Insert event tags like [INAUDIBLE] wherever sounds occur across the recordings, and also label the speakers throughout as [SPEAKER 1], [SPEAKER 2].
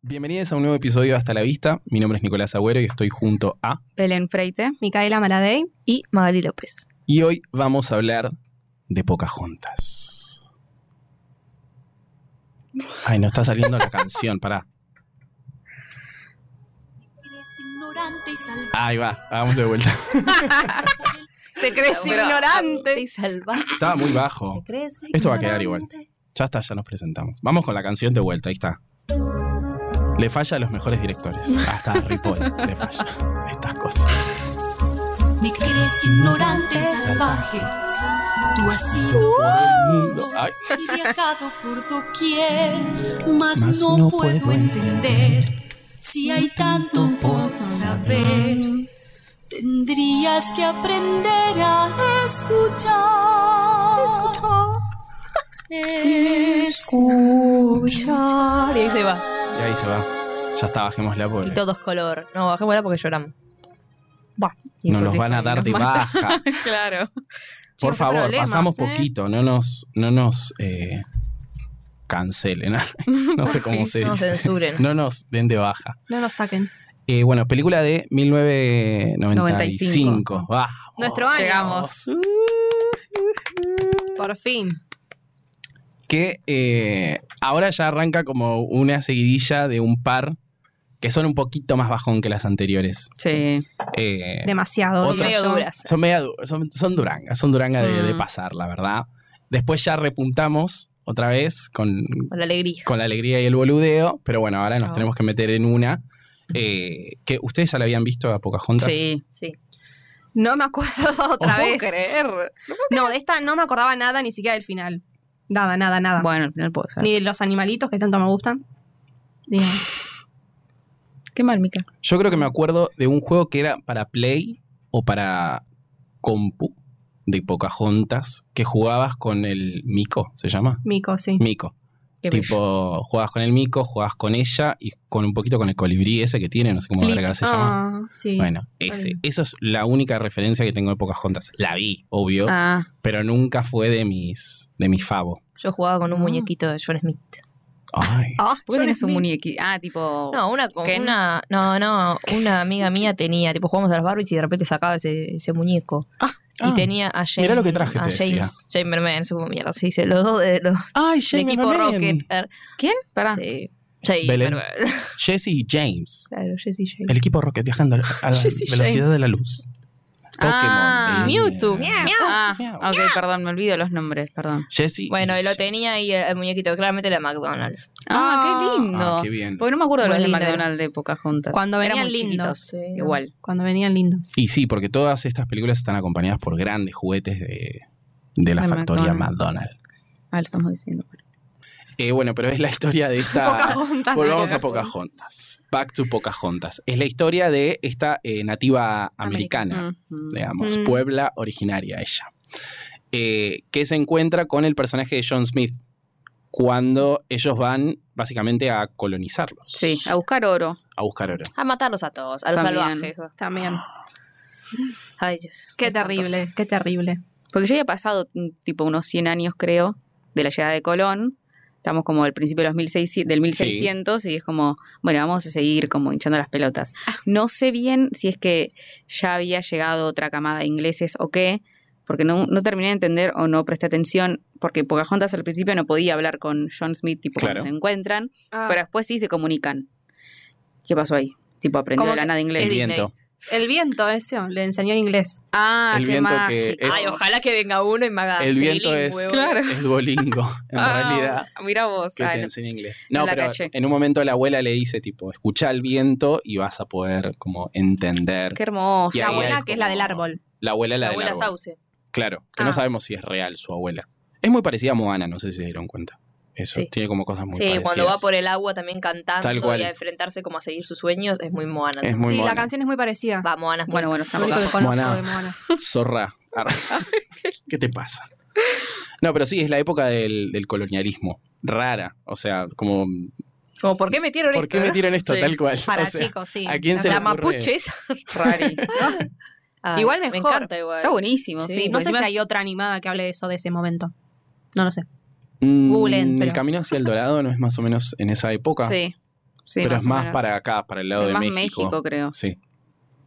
[SPEAKER 1] Bienvenidos a un nuevo episodio de Hasta la Vista. Mi nombre es Nicolás Agüero y estoy junto a...
[SPEAKER 2] Belén Freite
[SPEAKER 3] Micaela Maladey.
[SPEAKER 2] y Magali López.
[SPEAKER 1] Y hoy vamos a hablar de Pocahontas. Ay, no está saliendo la canción, pará.
[SPEAKER 4] Eres ignorante y salvaje.
[SPEAKER 1] Ahí va, hagámoslo de vuelta.
[SPEAKER 3] Te crees
[SPEAKER 2] Pero-
[SPEAKER 3] ignorante.
[SPEAKER 2] Y salvaje.
[SPEAKER 1] Estaba muy bajo. Esto va a quedar igual. Ya está, ya nos presentamos. Vamos con la canción de vuelta, ahí está. Le falla a los mejores directores. Hasta a Ripoll le falla. Estas cosas.
[SPEAKER 4] Me crees ignorante y salvaje. Tú has sido por el mundo
[SPEAKER 1] Ay.
[SPEAKER 4] y viajado por doquier, mas,
[SPEAKER 1] Mas
[SPEAKER 4] no,
[SPEAKER 1] no
[SPEAKER 4] puedo,
[SPEAKER 1] puedo
[SPEAKER 4] entender si hay tanto por saber. Tendrías que aprender a escuchar. Escuchar.
[SPEAKER 2] Y ahí se va.
[SPEAKER 1] Y ahí se va. Ya está, bajémosla porque
[SPEAKER 2] Y todos color. No, bajémosla porque lloramos. Va. Y
[SPEAKER 1] no nos
[SPEAKER 2] Spotify
[SPEAKER 1] van a dar
[SPEAKER 2] nos
[SPEAKER 1] de
[SPEAKER 2] mata.
[SPEAKER 1] baja.
[SPEAKER 2] [LAUGHS] claro.
[SPEAKER 1] Por
[SPEAKER 3] Chicos,
[SPEAKER 1] favor,
[SPEAKER 3] problemas,
[SPEAKER 1] pasamos
[SPEAKER 3] ¿eh?
[SPEAKER 1] poquito, no nos, no nos eh, cancelen, [LAUGHS] no sé cómo se
[SPEAKER 2] No nos
[SPEAKER 1] dice.
[SPEAKER 2] censuren.
[SPEAKER 1] No nos den de baja.
[SPEAKER 3] No nos saquen.
[SPEAKER 1] Eh, bueno, película de 1995. Vamos. Uh.
[SPEAKER 3] Nuestro año.
[SPEAKER 2] Llegamos.
[SPEAKER 3] Por fin.
[SPEAKER 1] Que eh, ahora ya arranca como una seguidilla de un par que son un poquito más bajón que las anteriores.
[SPEAKER 2] Sí.
[SPEAKER 1] Eh,
[SPEAKER 3] Demasiado.
[SPEAKER 1] Otra-
[SPEAKER 3] diría
[SPEAKER 2] Medio
[SPEAKER 3] yo.
[SPEAKER 2] duras.
[SPEAKER 1] Son media du- son, son durangas, son durangas de, de
[SPEAKER 2] Mm.
[SPEAKER 1] pasar, la verdad. Después ya repuntamos otra vez con,
[SPEAKER 2] Con la alegría.
[SPEAKER 1] con la alegría y el boludeo, pero bueno, ahora nos
[SPEAKER 2] Ah.
[SPEAKER 1] tenemos que meter en una eh, que ustedes ya la habían visto a Pocahontas.
[SPEAKER 2] Sí, sí.
[SPEAKER 3] No me acuerdo [LAUGHS] otra
[SPEAKER 1] puedo
[SPEAKER 3] vez. No, de esta no me acordaba nada, ni siquiera del final. Nada, nada, nada.
[SPEAKER 2] Bueno, al final puedo ser.
[SPEAKER 3] Ni de los animalitos que tanto me gustan.
[SPEAKER 1] [LAUGHS]
[SPEAKER 3] Digo,
[SPEAKER 2] Qué mal, Mica.
[SPEAKER 1] Yo creo que me acuerdo de un juego que era para Play o para Compu de Pocahontas que jugabas con el Mico, ¿se llama?
[SPEAKER 3] Mico, sí.
[SPEAKER 1] Mico.
[SPEAKER 2] Qué bello.
[SPEAKER 1] tipo, jugabas con el Mico, jugabas con ella y con un poquito con el colibrí ese que tiene, no sé cómo
[SPEAKER 2] Flit.
[SPEAKER 1] verga se llama.
[SPEAKER 3] Ah, sí.
[SPEAKER 1] Bueno, ese.
[SPEAKER 3] bien.
[SPEAKER 1] Esa es la única referencia que tengo de Pocahontas. La vi, obvio,
[SPEAKER 2] Ah,
[SPEAKER 1] pero nunca fue de mis, de mis favo.
[SPEAKER 2] yo jugaba con un
[SPEAKER 3] Ah.
[SPEAKER 2] muñequito de John Smith.
[SPEAKER 1] Ay.
[SPEAKER 3] Ah,
[SPEAKER 2] ¿Por qué
[SPEAKER 3] John
[SPEAKER 2] tenés un
[SPEAKER 3] Smith.
[SPEAKER 2] muñequito? Ah, tipo.
[SPEAKER 5] No, una con
[SPEAKER 2] ¿Qué?
[SPEAKER 5] una. No, no, una amiga mía tenía, tipo, jugamos a las Barbies y de repente sacaba ese, ese muñeco.
[SPEAKER 1] Ah.
[SPEAKER 5] y tenía a James.
[SPEAKER 1] mirá lo que traje,
[SPEAKER 5] a
[SPEAKER 1] te
[SPEAKER 5] James,
[SPEAKER 1] decía.
[SPEAKER 5] James Merman, supongo, mierda, se dice. Los dos de
[SPEAKER 1] [LAUGHS]
[SPEAKER 5] los
[SPEAKER 1] Ay,
[SPEAKER 5] del
[SPEAKER 1] Jamie
[SPEAKER 5] equipo
[SPEAKER 1] Merman.
[SPEAKER 5] Rocket. er,
[SPEAKER 2] Pará.
[SPEAKER 5] Sí. Sí,
[SPEAKER 1] Ah. Belén.
[SPEAKER 5] Merman.
[SPEAKER 1] Jesse y James.
[SPEAKER 5] [LAUGHS] Claro, Jesse James.
[SPEAKER 1] El equipo Rocket viajando a la
[SPEAKER 3] Jesse
[SPEAKER 1] velocidad
[SPEAKER 3] James.
[SPEAKER 1] de la luz.
[SPEAKER 2] Ah,
[SPEAKER 1] baby.
[SPEAKER 5] Mewtwo.
[SPEAKER 2] Ah,
[SPEAKER 1] Miau.
[SPEAKER 2] ok, perdón, me olvido los nombres, perdón.
[SPEAKER 1] Jesse.
[SPEAKER 5] Bueno, y lo
[SPEAKER 1] tengo.
[SPEAKER 5] tenía ahí eh, el, el muñequito, claramente era McDonald's.
[SPEAKER 2] Ah, qué lindo.
[SPEAKER 1] Ah, qué bien.
[SPEAKER 2] Porque no me acuerdo de los
[SPEAKER 5] Muy
[SPEAKER 2] de
[SPEAKER 5] lindo.
[SPEAKER 2] McDonald's de Pocahontas.
[SPEAKER 3] Cuando
[SPEAKER 2] Eran
[SPEAKER 3] venían
[SPEAKER 2] muy
[SPEAKER 3] lindos.
[SPEAKER 2] chiquitos, igual.
[SPEAKER 3] Cuando
[SPEAKER 1] [LAUGHS]
[SPEAKER 3] venían lindos.
[SPEAKER 1] Y sí, porque todas estas películas están acompañadas por grandes juguetes de, de la
[SPEAKER 2] De
[SPEAKER 1] factoría
[SPEAKER 2] McDonald's.
[SPEAKER 1] McDonald's.
[SPEAKER 2] Ah, lo estamos diciendo.
[SPEAKER 1] Eh, bueno, pero es la historia de esta.
[SPEAKER 3] Pocahontas.
[SPEAKER 1] Volvamos a Pocahontas. Back to Pocahontas. Es la historia de esta eh, nativa americana.
[SPEAKER 2] Ujú.
[SPEAKER 1] digamos,
[SPEAKER 3] Mm.
[SPEAKER 1] Puebla originaria ella, eh, que se encuentra con el personaje de John Smith cuando ellos van básicamente a colonizarlos,
[SPEAKER 2] Sí, a buscar oro.
[SPEAKER 1] a buscar oro.
[SPEAKER 5] A matarlos a todos, a los
[SPEAKER 2] También.
[SPEAKER 5] salvajes.
[SPEAKER 3] También.
[SPEAKER 5] Ay, Dios.
[SPEAKER 3] Ah, Qué terrible, qué terrible.
[SPEAKER 2] Porque ya había pasado mm, tipo unos 100 años, creo, de la llegada de Colón. Estamos como al principio de los 1600, del 1600 y es como, bueno, vamos a seguir como hinchando las pelotas.
[SPEAKER 1] Ah.
[SPEAKER 2] No sé bien si es que ya había llegado otra camada de ingleses o qué, porque no, no terminé de entender o no presté atención, porque Pocahontas al principio no podía hablar con John Smith, tipo
[SPEAKER 1] Claro.
[SPEAKER 2] cuando se encuentran,
[SPEAKER 3] Ah,
[SPEAKER 2] pero después sí se comunican. ¿Qué pasó ahí? Tipo, aprendió
[SPEAKER 3] Como
[SPEAKER 2] de la
[SPEAKER 3] que-
[SPEAKER 2] nada
[SPEAKER 1] El
[SPEAKER 2] inglés.
[SPEAKER 5] Disney.
[SPEAKER 1] viento.
[SPEAKER 3] el viento ese, le enseñó en inglés.
[SPEAKER 2] Ah,
[SPEAKER 1] El
[SPEAKER 2] qué
[SPEAKER 1] viento
[SPEAKER 2] mágico.
[SPEAKER 1] que es-
[SPEAKER 5] Ay, ojalá que venga uno y me haga
[SPEAKER 1] El viento es,
[SPEAKER 5] trilingüe,
[SPEAKER 2] Claro.
[SPEAKER 1] es Duolingo, en
[SPEAKER 2] Ah, [LAUGHS]
[SPEAKER 1] realidad.
[SPEAKER 2] Mira vos.
[SPEAKER 1] Que
[SPEAKER 2] ah,
[SPEAKER 1] te
[SPEAKER 2] no.
[SPEAKER 1] enseña inglés. No,
[SPEAKER 2] la
[SPEAKER 1] pero
[SPEAKER 2] caché.
[SPEAKER 1] en un momento la abuela le dice, tipo, escucha el viento y vas a poder como entender.
[SPEAKER 2] Qué
[SPEAKER 1] Y
[SPEAKER 2] hermoso.
[SPEAKER 3] la
[SPEAKER 1] ahí hay
[SPEAKER 3] abuela que es la
[SPEAKER 1] como-
[SPEAKER 3] del árbol.
[SPEAKER 1] La abuela la,
[SPEAKER 5] La
[SPEAKER 1] del
[SPEAKER 5] abuela
[SPEAKER 1] árbol.
[SPEAKER 5] Sauce.
[SPEAKER 1] Claro, que no
[SPEAKER 3] Ah.
[SPEAKER 1] sabemos si es real su abuela. Es muy parecida a Moana, no sé si se dieron cuenta. Eso,
[SPEAKER 5] Sí.
[SPEAKER 1] tiene como cosas muy
[SPEAKER 5] sí,
[SPEAKER 1] parecidas.
[SPEAKER 5] cuando va por el agua también cantando
[SPEAKER 1] Tal cual.
[SPEAKER 5] y a enfrentarse como a seguir sus sueños, es muy moana.
[SPEAKER 1] Es
[SPEAKER 5] entonces.
[SPEAKER 1] muy
[SPEAKER 3] sí,
[SPEAKER 1] mono.
[SPEAKER 3] la canción es muy parecida.
[SPEAKER 5] Va, moana es muy
[SPEAKER 2] Bueno, bueno, ya
[SPEAKER 3] Lo único que
[SPEAKER 2] poco.
[SPEAKER 3] conozco
[SPEAKER 1] Moana.
[SPEAKER 3] de Moana.
[SPEAKER 1] Zorra. Arre. ¿Qué te pasa? No, pero sí, es la época del, del colonialismo. Rara. O sea, como.
[SPEAKER 5] Como, ¿por qué metieron
[SPEAKER 1] ¿Por
[SPEAKER 5] esto?
[SPEAKER 1] qué me tiran esto
[SPEAKER 2] Sí.
[SPEAKER 1] tal cual?
[SPEAKER 3] Para
[SPEAKER 1] O sea,
[SPEAKER 3] chicos, sí.
[SPEAKER 1] ¿a quién se
[SPEAKER 5] La
[SPEAKER 1] le ocurre?
[SPEAKER 5] mapuche esa.
[SPEAKER 2] Rari.
[SPEAKER 5] Ay,
[SPEAKER 3] Igual
[SPEAKER 5] Ah, Me
[SPEAKER 3] mejor.
[SPEAKER 5] encanta
[SPEAKER 2] [LAUGHS]
[SPEAKER 5] igual.
[SPEAKER 2] Está buenísimo, sí.
[SPEAKER 5] Sí,
[SPEAKER 3] No
[SPEAKER 2] porque
[SPEAKER 3] sé si
[SPEAKER 2] encima
[SPEAKER 3] hay
[SPEAKER 2] es-
[SPEAKER 3] otra animada que hable de eso de ese momento. No lo sé.
[SPEAKER 1] Mm,
[SPEAKER 3] Googleen,
[SPEAKER 1] El
[SPEAKER 3] pero-
[SPEAKER 1] camino hacia el dorado no es más o menos en esa época.
[SPEAKER 2] Sí. Sí,
[SPEAKER 1] pero es
[SPEAKER 2] o
[SPEAKER 1] más
[SPEAKER 2] menos.
[SPEAKER 1] para acá, para el lado
[SPEAKER 2] Es
[SPEAKER 1] de
[SPEAKER 2] más
[SPEAKER 1] México.
[SPEAKER 2] creo.
[SPEAKER 1] Sí,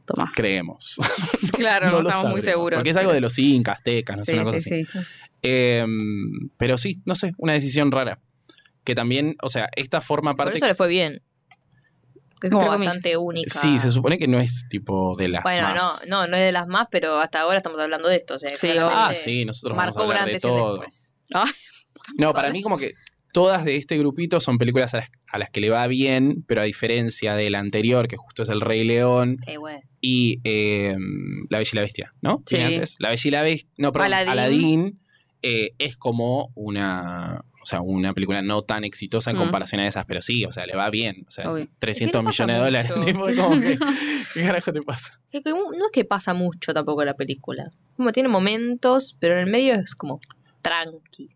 [SPEAKER 2] Tomá.
[SPEAKER 1] creemos.
[SPEAKER 2] [LAUGHS]
[SPEAKER 1] [LAUGHS]
[SPEAKER 2] Claro, no,
[SPEAKER 1] lo
[SPEAKER 2] estamos muy
[SPEAKER 1] sabremos,
[SPEAKER 2] seguros.
[SPEAKER 1] Porque es algo de los incas, tecas, no sé,
[SPEAKER 2] Sí,
[SPEAKER 1] una cosa
[SPEAKER 2] sí,
[SPEAKER 1] así.
[SPEAKER 2] sí.
[SPEAKER 1] Em, pero sí, no sé, una decisión rara. Que también, o sea, esta forma
[SPEAKER 5] Por
[SPEAKER 1] parte.
[SPEAKER 5] eso le fue bien. Que
[SPEAKER 2] Entre
[SPEAKER 5] es como
[SPEAKER 2] comillas.
[SPEAKER 5] bastante única.
[SPEAKER 1] Sí, se supone que no es tipo de las
[SPEAKER 5] Bueno,
[SPEAKER 1] más.
[SPEAKER 5] no, no, no es de las más, pero hasta ahora estamos hablando de esto. O sea,
[SPEAKER 2] Sí,
[SPEAKER 5] claramente
[SPEAKER 1] Ah, sí, nosotros vamos a
[SPEAKER 5] Marcó un
[SPEAKER 1] hablar de
[SPEAKER 5] antes y un
[SPEAKER 1] todo.
[SPEAKER 5] después.
[SPEAKER 1] No,
[SPEAKER 5] Vamos a
[SPEAKER 1] para
[SPEAKER 5] ver.
[SPEAKER 1] mí como que todas de este grupito son películas a las, a las que le va bien, pero a diferencia de la anterior, que justo es El Rey León
[SPEAKER 5] Eh, bueno.
[SPEAKER 1] y eh, La Bella y la Bestia, ¿no?
[SPEAKER 2] Sí.
[SPEAKER 1] Vine antes. La Bella y la Bestia, no, perdón,
[SPEAKER 2] Aladdin.
[SPEAKER 1] Aladdin, eh, es como una, o sea, una película no tan exitosa en
[SPEAKER 2] Mm.
[SPEAKER 1] comparación a esas, pero sí, o sea, le va bien, o sea,
[SPEAKER 2] Obvio.
[SPEAKER 1] 300
[SPEAKER 5] Es que
[SPEAKER 1] millones
[SPEAKER 5] le
[SPEAKER 1] de
[SPEAKER 5] pasa
[SPEAKER 1] dólares.
[SPEAKER 5] mucho.
[SPEAKER 1] tipo, como
[SPEAKER 5] [LAUGHS]
[SPEAKER 1] que, ¿Qué carajo te pasa?
[SPEAKER 5] Es que un- no es que pasa mucho tampoco la película. Como tiene momentos, pero en el medio es como tranqui.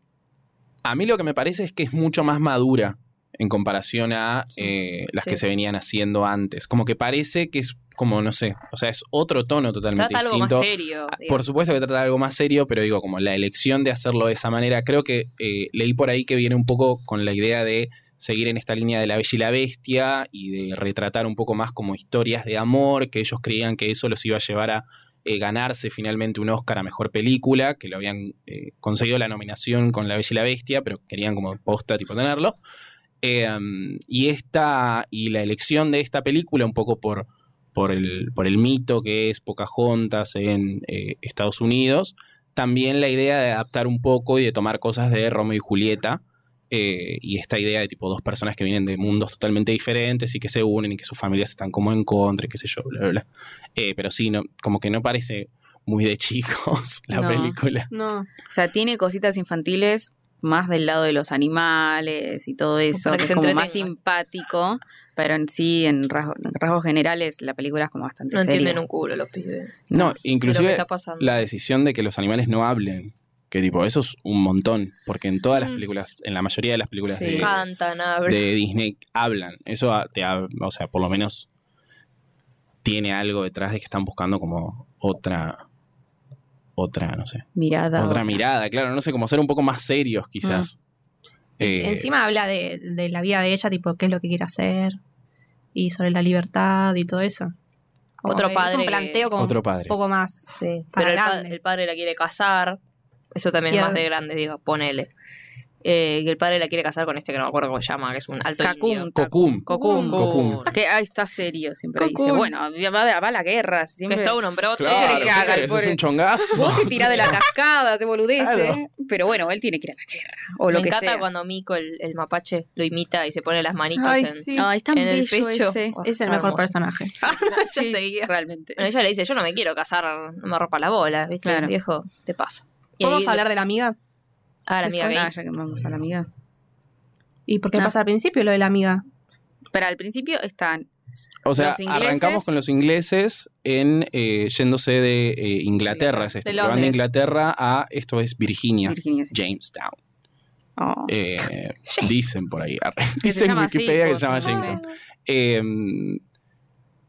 [SPEAKER 1] A mí lo que me parece es que es mucho más madura en comparación a
[SPEAKER 5] Sí,
[SPEAKER 1] eh, las
[SPEAKER 5] sí.
[SPEAKER 1] que se venían haciendo antes. Como que parece que es como, no sé, o sea, es otro tono totalmente
[SPEAKER 5] Trata algo más
[SPEAKER 1] distinto. Ah,
[SPEAKER 5] serio.
[SPEAKER 1] por
[SPEAKER 5] digamos.
[SPEAKER 1] supuesto que trata de algo más serio, pero digo, como la elección de hacerlo de esa manera, creo que eh, leí por ahí que viene un poco con la idea de seguir en esta línea de la bella y la bestia y de retratar un poco más como historias de amor, que ellos creían que eso los iba a llevar a eh, ganarse finalmente un Oscar a Mejor Película, que lo habían eh, conseguido la nominación con La Bella y la Bestia, pero querían como posta tipo tenerlo. Eh, y esta y la elección de esta película un poco por por el, por el mito que es Pocahontas en eh, Estados Unidos, también la idea de adaptar un poco y de tomar cosas de Romeo y Julieta, eh, y esta idea de tipo dos personas que vienen de mundos totalmente diferentes y que se unen y que sus familias están como en contra y qué sé yo, bla, bla, bla. Eh, pero sí, no, como que no parece muy de chicos [LAUGHS] la
[SPEAKER 2] No.
[SPEAKER 1] película.
[SPEAKER 3] No.
[SPEAKER 2] O sea, tiene cositas infantiles más del lado de los animales y todo eso, que
[SPEAKER 5] Para que
[SPEAKER 2] es
[SPEAKER 5] se
[SPEAKER 2] como más
[SPEAKER 5] entretenga.
[SPEAKER 2] simpático, pero en sí, en rasgo- en rasgos, generales, la película es como bastante
[SPEAKER 5] No
[SPEAKER 2] seria.
[SPEAKER 5] entienden un culo los pibes.
[SPEAKER 1] No,
[SPEAKER 5] de lo que
[SPEAKER 1] inclusive
[SPEAKER 5] está pasando.
[SPEAKER 1] la decisión de que los animales no hablen, que tipo, eso es un montón, porque en todas las
[SPEAKER 3] Mm.
[SPEAKER 1] películas, en la mayoría de las películas
[SPEAKER 2] Sí.
[SPEAKER 5] Ah,
[SPEAKER 1] de,
[SPEAKER 5] Cantan, hablan.
[SPEAKER 1] de Disney hablan. Eso a- te hab- o sea, por lo menos tiene algo detrás de que están buscando como otra otra, no sé,
[SPEAKER 2] Mirada.
[SPEAKER 1] otra
[SPEAKER 2] otra.
[SPEAKER 1] mirada, claro, no sé, como ser un poco más serios quizás.
[SPEAKER 2] Mm.
[SPEAKER 1] Eh,
[SPEAKER 3] Encima habla de, de la vida de ella, tipo, qué es lo que quiere hacer. Y sobre la libertad y todo eso. Como
[SPEAKER 5] Otro
[SPEAKER 3] que
[SPEAKER 5] padre
[SPEAKER 3] Es un
[SPEAKER 5] que-
[SPEAKER 3] planteo como
[SPEAKER 1] otro padre.
[SPEAKER 3] un poco más.
[SPEAKER 5] Sí,
[SPEAKER 3] Para
[SPEAKER 5] pero el, pa-
[SPEAKER 3] grandes.
[SPEAKER 5] el padre la quiere casar. Eso también
[SPEAKER 3] Ya.
[SPEAKER 5] es más de grande, digo, ponele. Eh, que el padre la quiere casar con este que no me acuerdo cómo se llama, que es un alto
[SPEAKER 2] Cacún.
[SPEAKER 5] indio.
[SPEAKER 1] Cocum.
[SPEAKER 2] Cocum.
[SPEAKER 1] Cocum.
[SPEAKER 2] Que ahí está serio, siempre
[SPEAKER 3] Cocún.
[SPEAKER 2] dice. Bueno, va, va- va la guerra.
[SPEAKER 5] Que
[SPEAKER 2] Siempre...
[SPEAKER 5] es todo un hombrote.
[SPEAKER 1] Claro,
[SPEAKER 2] ¿Qué que haga el
[SPEAKER 1] eso es
[SPEAKER 2] pobre?
[SPEAKER 1] un chongazo.
[SPEAKER 2] [LAUGHS] Vos te tirás de la cascada, se boludece.
[SPEAKER 1] Claro.
[SPEAKER 2] Pero bueno, él tiene que ir a la guerra. O lo
[SPEAKER 5] me
[SPEAKER 2] que
[SPEAKER 5] encanta
[SPEAKER 2] sea.
[SPEAKER 5] cuando Mico, el, el mapache, lo imita y se pone las manitas
[SPEAKER 3] Ay,
[SPEAKER 5] en...
[SPEAKER 3] sí.
[SPEAKER 2] Ay, es tan
[SPEAKER 5] en el
[SPEAKER 2] bello
[SPEAKER 5] pecho.
[SPEAKER 2] ese.
[SPEAKER 5] Oh,
[SPEAKER 3] Es el
[SPEAKER 5] está
[SPEAKER 3] mejor
[SPEAKER 5] hermoso.
[SPEAKER 3] personaje. Ya
[SPEAKER 2] [LAUGHS] Sí,
[SPEAKER 3] seguía.
[SPEAKER 2] Realmente.
[SPEAKER 5] Bueno, ella le dice, yo no me quiero casar, no me rompa la bola, ¿viste?
[SPEAKER 2] Claro.
[SPEAKER 5] Viejo, te pasa. Y
[SPEAKER 3] ¿Podemos
[SPEAKER 5] ahí-
[SPEAKER 3] hablar de la amiga?
[SPEAKER 5] Ah, la amiga
[SPEAKER 2] Después-
[SPEAKER 5] gay.
[SPEAKER 2] Ah, ya que vamos a la amiga.
[SPEAKER 3] ¿Y por qué
[SPEAKER 2] Ah.
[SPEAKER 3] pasa al principio lo de la amiga?
[SPEAKER 2] Pero al principio están
[SPEAKER 1] O sea,
[SPEAKER 2] Los ingleses-
[SPEAKER 1] arrancamos con los ingleses en eh, yéndose de eh, Inglaterra, es esto.
[SPEAKER 3] De
[SPEAKER 1] que van de
[SPEAKER 3] Londres.
[SPEAKER 1] Inglaterra a esto es Virginia,
[SPEAKER 2] Virginia. sí. [LAUGHS]
[SPEAKER 1] Jamestown.
[SPEAKER 2] Oh.
[SPEAKER 1] Eh, dicen por ahí. arre.
[SPEAKER 2] Que
[SPEAKER 1] Dicen
[SPEAKER 2] se
[SPEAKER 1] en
[SPEAKER 2] llama así,
[SPEAKER 1] Wikipedia que
[SPEAKER 2] por-
[SPEAKER 1] se llama
[SPEAKER 2] sí.
[SPEAKER 1] Jamestown. Eh,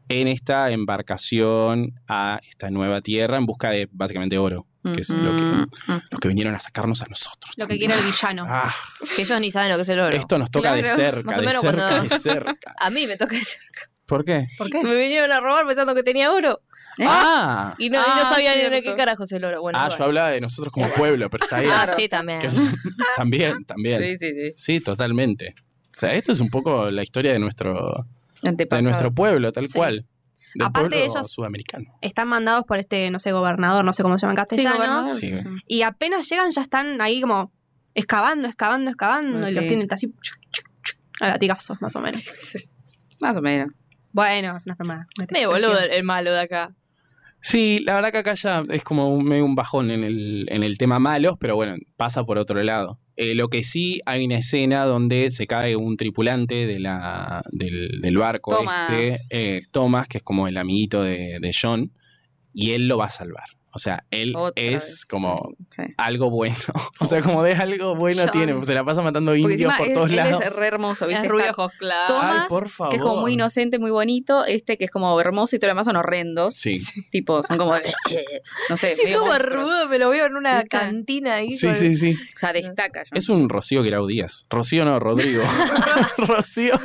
[SPEAKER 1] en esta embarcación a esta nueva tierra en busca de básicamente oro. Eh, que es lo que-
[SPEAKER 2] Mm, mm.
[SPEAKER 1] Los que vinieron a sacarnos a nosotros.
[SPEAKER 3] Lo que
[SPEAKER 1] también.
[SPEAKER 3] quiere el villano.
[SPEAKER 1] Ah,
[SPEAKER 5] Que ellos ni saben lo que es el oro.
[SPEAKER 1] Esto nos toca de
[SPEAKER 2] Claro,
[SPEAKER 1] cerca,
[SPEAKER 5] más o
[SPEAKER 1] de
[SPEAKER 5] menos
[SPEAKER 1] cerca,
[SPEAKER 5] cuando-
[SPEAKER 1] de cerca.
[SPEAKER 5] A mí me toca eso. [LAUGHS]
[SPEAKER 1] ¿Por qué?
[SPEAKER 3] ¿Por qué?
[SPEAKER 5] Me vinieron a robar pensando que tenía oro.
[SPEAKER 2] ¿Eh?
[SPEAKER 1] Ah,
[SPEAKER 5] Y no, y
[SPEAKER 2] Ah,
[SPEAKER 5] no sabían ni de
[SPEAKER 2] cierto.
[SPEAKER 5] qué carajo es el oro. Bueno,
[SPEAKER 1] ah
[SPEAKER 5] igual.
[SPEAKER 1] yo hablaba de nosotros como pueblo, pero está bien.
[SPEAKER 5] Ah, sí, también.
[SPEAKER 1] [LAUGHS] Que- también, también.
[SPEAKER 2] Sí, sí, sí.
[SPEAKER 1] Sí, totalmente. O sea, esto es un poco la historia de nuestro, de
[SPEAKER 2] Antepasado.
[SPEAKER 1] nuestro pueblo, tal
[SPEAKER 3] Sí.
[SPEAKER 1] cual. Del
[SPEAKER 3] Aparte
[SPEAKER 1] pueblo
[SPEAKER 3] ellos-
[SPEAKER 1] sudamericano.
[SPEAKER 3] Están mandados por este, no sé, gobernador, no sé cómo se llama en
[SPEAKER 2] Sí,
[SPEAKER 3] castellano.
[SPEAKER 2] gobernador.
[SPEAKER 1] Sí.
[SPEAKER 3] y apenas llegan ya están ahí como excavando, excavando, excavando.
[SPEAKER 2] Sí.
[SPEAKER 3] Y los tienen así chuc, chuc, chuc, a latigazos, más o menos.
[SPEAKER 2] Más o menos.
[SPEAKER 3] Bueno, es una enfermedad.
[SPEAKER 5] Me boludo el, el malo de acá.
[SPEAKER 1] Sí, la verdad que acá ya es como un, medio un bajón en el, en el tema malos, pero bueno, pasa por otro lado. Eh, lo que sí, hay una escena donde se cae un tripulante de la, del, del barco
[SPEAKER 2] Thomas.
[SPEAKER 1] este, eh, Thomas, que es como el amiguito de, de John, y él lo va a salvar. O sea, él
[SPEAKER 2] Otra
[SPEAKER 1] es
[SPEAKER 2] vez.
[SPEAKER 1] como
[SPEAKER 2] Sí.
[SPEAKER 1] algo bueno. [LAUGHS] O sea, como de algo bueno
[SPEAKER 2] John.
[SPEAKER 1] tiene. Se la pasa matando
[SPEAKER 2] Porque
[SPEAKER 1] indios
[SPEAKER 2] encima
[SPEAKER 1] por
[SPEAKER 2] él-
[SPEAKER 1] todos
[SPEAKER 2] él
[SPEAKER 1] lados.
[SPEAKER 2] es re hermoso, ¿viste?
[SPEAKER 5] Es rubio
[SPEAKER 2] Está
[SPEAKER 5] ojos claros.
[SPEAKER 1] Ay,
[SPEAKER 2] Tomás,
[SPEAKER 1] por
[SPEAKER 2] que es como
[SPEAKER 1] favor.
[SPEAKER 2] muy inocente, muy bonito, este que es como hermoso y todo lo demás son horrendos.
[SPEAKER 1] Sí.
[SPEAKER 2] Tipo, son como, no sé,
[SPEAKER 5] Sí,
[SPEAKER 2] medio
[SPEAKER 5] todo
[SPEAKER 2] monstruos.
[SPEAKER 5] barbudo, me lo veo en una
[SPEAKER 2] ¿Viste?
[SPEAKER 5] cantina ahí.
[SPEAKER 1] Sí,
[SPEAKER 5] con-
[SPEAKER 1] sí, sí.
[SPEAKER 2] O sea, destaca. John.
[SPEAKER 1] Es un Rocío Grau Díaz. Rocío no,
[SPEAKER 2] [LAUGHS]
[SPEAKER 1] Rodrigo. [LAUGHS] Rocío.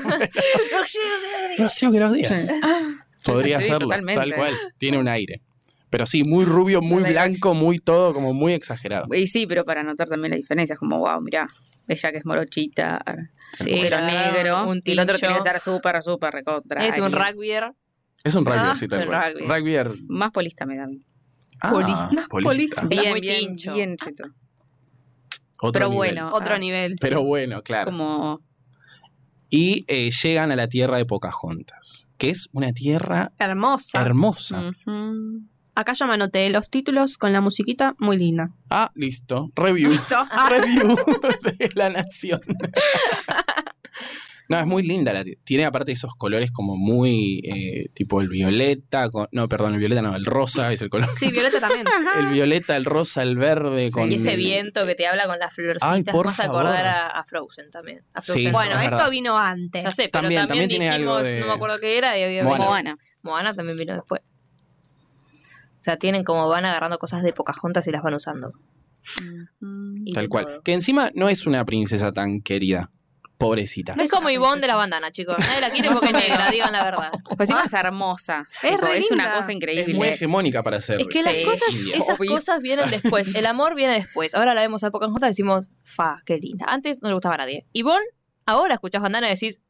[SPEAKER 1] Rocío Grau Díaz.
[SPEAKER 2] Sí. Ah.
[SPEAKER 1] Podría
[SPEAKER 2] Sí, sí,
[SPEAKER 1] hacerlo,
[SPEAKER 2] totalmente.
[SPEAKER 1] tal cual. Tiene un aire. Pero sí, muy rubio, muy
[SPEAKER 2] Re
[SPEAKER 1] blanco, muy todo, como muy exagerado.
[SPEAKER 2] Y sí, pero para notar también la diferencia, es como, wow, mirá, ella que es morochita,
[SPEAKER 5] Sí,
[SPEAKER 2] pelo
[SPEAKER 5] la verdad,
[SPEAKER 2] negro,
[SPEAKER 5] Un
[SPEAKER 2] y el otro
[SPEAKER 5] tincho.
[SPEAKER 2] tiene que estar súper, súper recontra.
[SPEAKER 5] Es un
[SPEAKER 2] alien.
[SPEAKER 5] rugbyer.
[SPEAKER 1] Es un rugby,
[SPEAKER 5] Ah,
[SPEAKER 1] sí, tal
[SPEAKER 5] es un
[SPEAKER 1] cual.
[SPEAKER 5] rugby.
[SPEAKER 1] Rugbyer.
[SPEAKER 2] Más polista me da a mí.
[SPEAKER 1] Ah, [LAUGHS]
[SPEAKER 3] Polista.
[SPEAKER 1] polista.
[SPEAKER 3] Polista.
[SPEAKER 2] Bien,
[SPEAKER 5] muy
[SPEAKER 2] bien,
[SPEAKER 5] tincho.
[SPEAKER 2] bien cheto.
[SPEAKER 1] Otro
[SPEAKER 2] Pero
[SPEAKER 1] nivel.
[SPEAKER 2] bueno.
[SPEAKER 3] Otro
[SPEAKER 2] ah,
[SPEAKER 3] nivel.
[SPEAKER 1] Pero bueno, claro.
[SPEAKER 2] Como,
[SPEAKER 1] Y eh, llegan a la tierra de Pocahontas, que es una tierra
[SPEAKER 3] Hermosa.
[SPEAKER 1] hermosa.
[SPEAKER 2] Mm. ujú.
[SPEAKER 3] Acá yo me anoté los títulos con la musiquita muy linda. Ah,
[SPEAKER 1] Ah, listo. Review. Review de la nación. No, es muy linda. La ti- tiene aparte esos colores como muy eh, tipo el violeta. con- no, perdón, el violeta no, el rosa es el color.
[SPEAKER 3] Sí, Violeta también.
[SPEAKER 1] [LAUGHS] El violeta, el rosa, el verde.
[SPEAKER 2] Sí,
[SPEAKER 1] con...
[SPEAKER 5] Y ese viento que te habla con las florcitas.
[SPEAKER 1] Ay, por
[SPEAKER 5] vas a
[SPEAKER 1] favor.
[SPEAKER 5] acordar a, a Frozen también. A
[SPEAKER 1] Sí.
[SPEAKER 5] Frozen.
[SPEAKER 3] Bueno,
[SPEAKER 1] Es
[SPEAKER 3] esto
[SPEAKER 1] verdad.
[SPEAKER 3] vino antes.
[SPEAKER 5] ya sé, pero
[SPEAKER 1] También-
[SPEAKER 5] también,
[SPEAKER 1] también tiene
[SPEAKER 5] dijimos,
[SPEAKER 1] algo de-
[SPEAKER 5] no me acuerdo qué era, y había
[SPEAKER 1] Moana.
[SPEAKER 5] Moana.
[SPEAKER 2] Moana.
[SPEAKER 5] Moana también vino después. O sea, tienen como van agarrando cosas de Pocahontas y las van usando.
[SPEAKER 2] Ujú.
[SPEAKER 5] Y de
[SPEAKER 1] Tal cual.
[SPEAKER 5] todo.
[SPEAKER 1] Que encima no es una princesa tan querida. Pobrecita.
[SPEAKER 5] es como Ivonne de la bandana, chicos. Nadie la quiere [LAUGHS] porque es negra, digan la verdad.
[SPEAKER 2] Pues encima es hermosa.
[SPEAKER 3] Es
[SPEAKER 2] Tipo,
[SPEAKER 3] re
[SPEAKER 2] es una
[SPEAKER 3] linda.
[SPEAKER 2] cosa
[SPEAKER 1] Es
[SPEAKER 2] increíble.
[SPEAKER 1] muy hegemónica para ser.
[SPEAKER 5] Es que
[SPEAKER 2] Sí,
[SPEAKER 5] las cosas,
[SPEAKER 1] india.
[SPEAKER 5] esas
[SPEAKER 2] Obvio.
[SPEAKER 5] cosas vienen después. El amor viene después. Ahora la vemos a Pocahontas y decimos, fa, qué linda. Antes no le gustaba a nadie. Ivonne, ahora escuchás bandana y decís,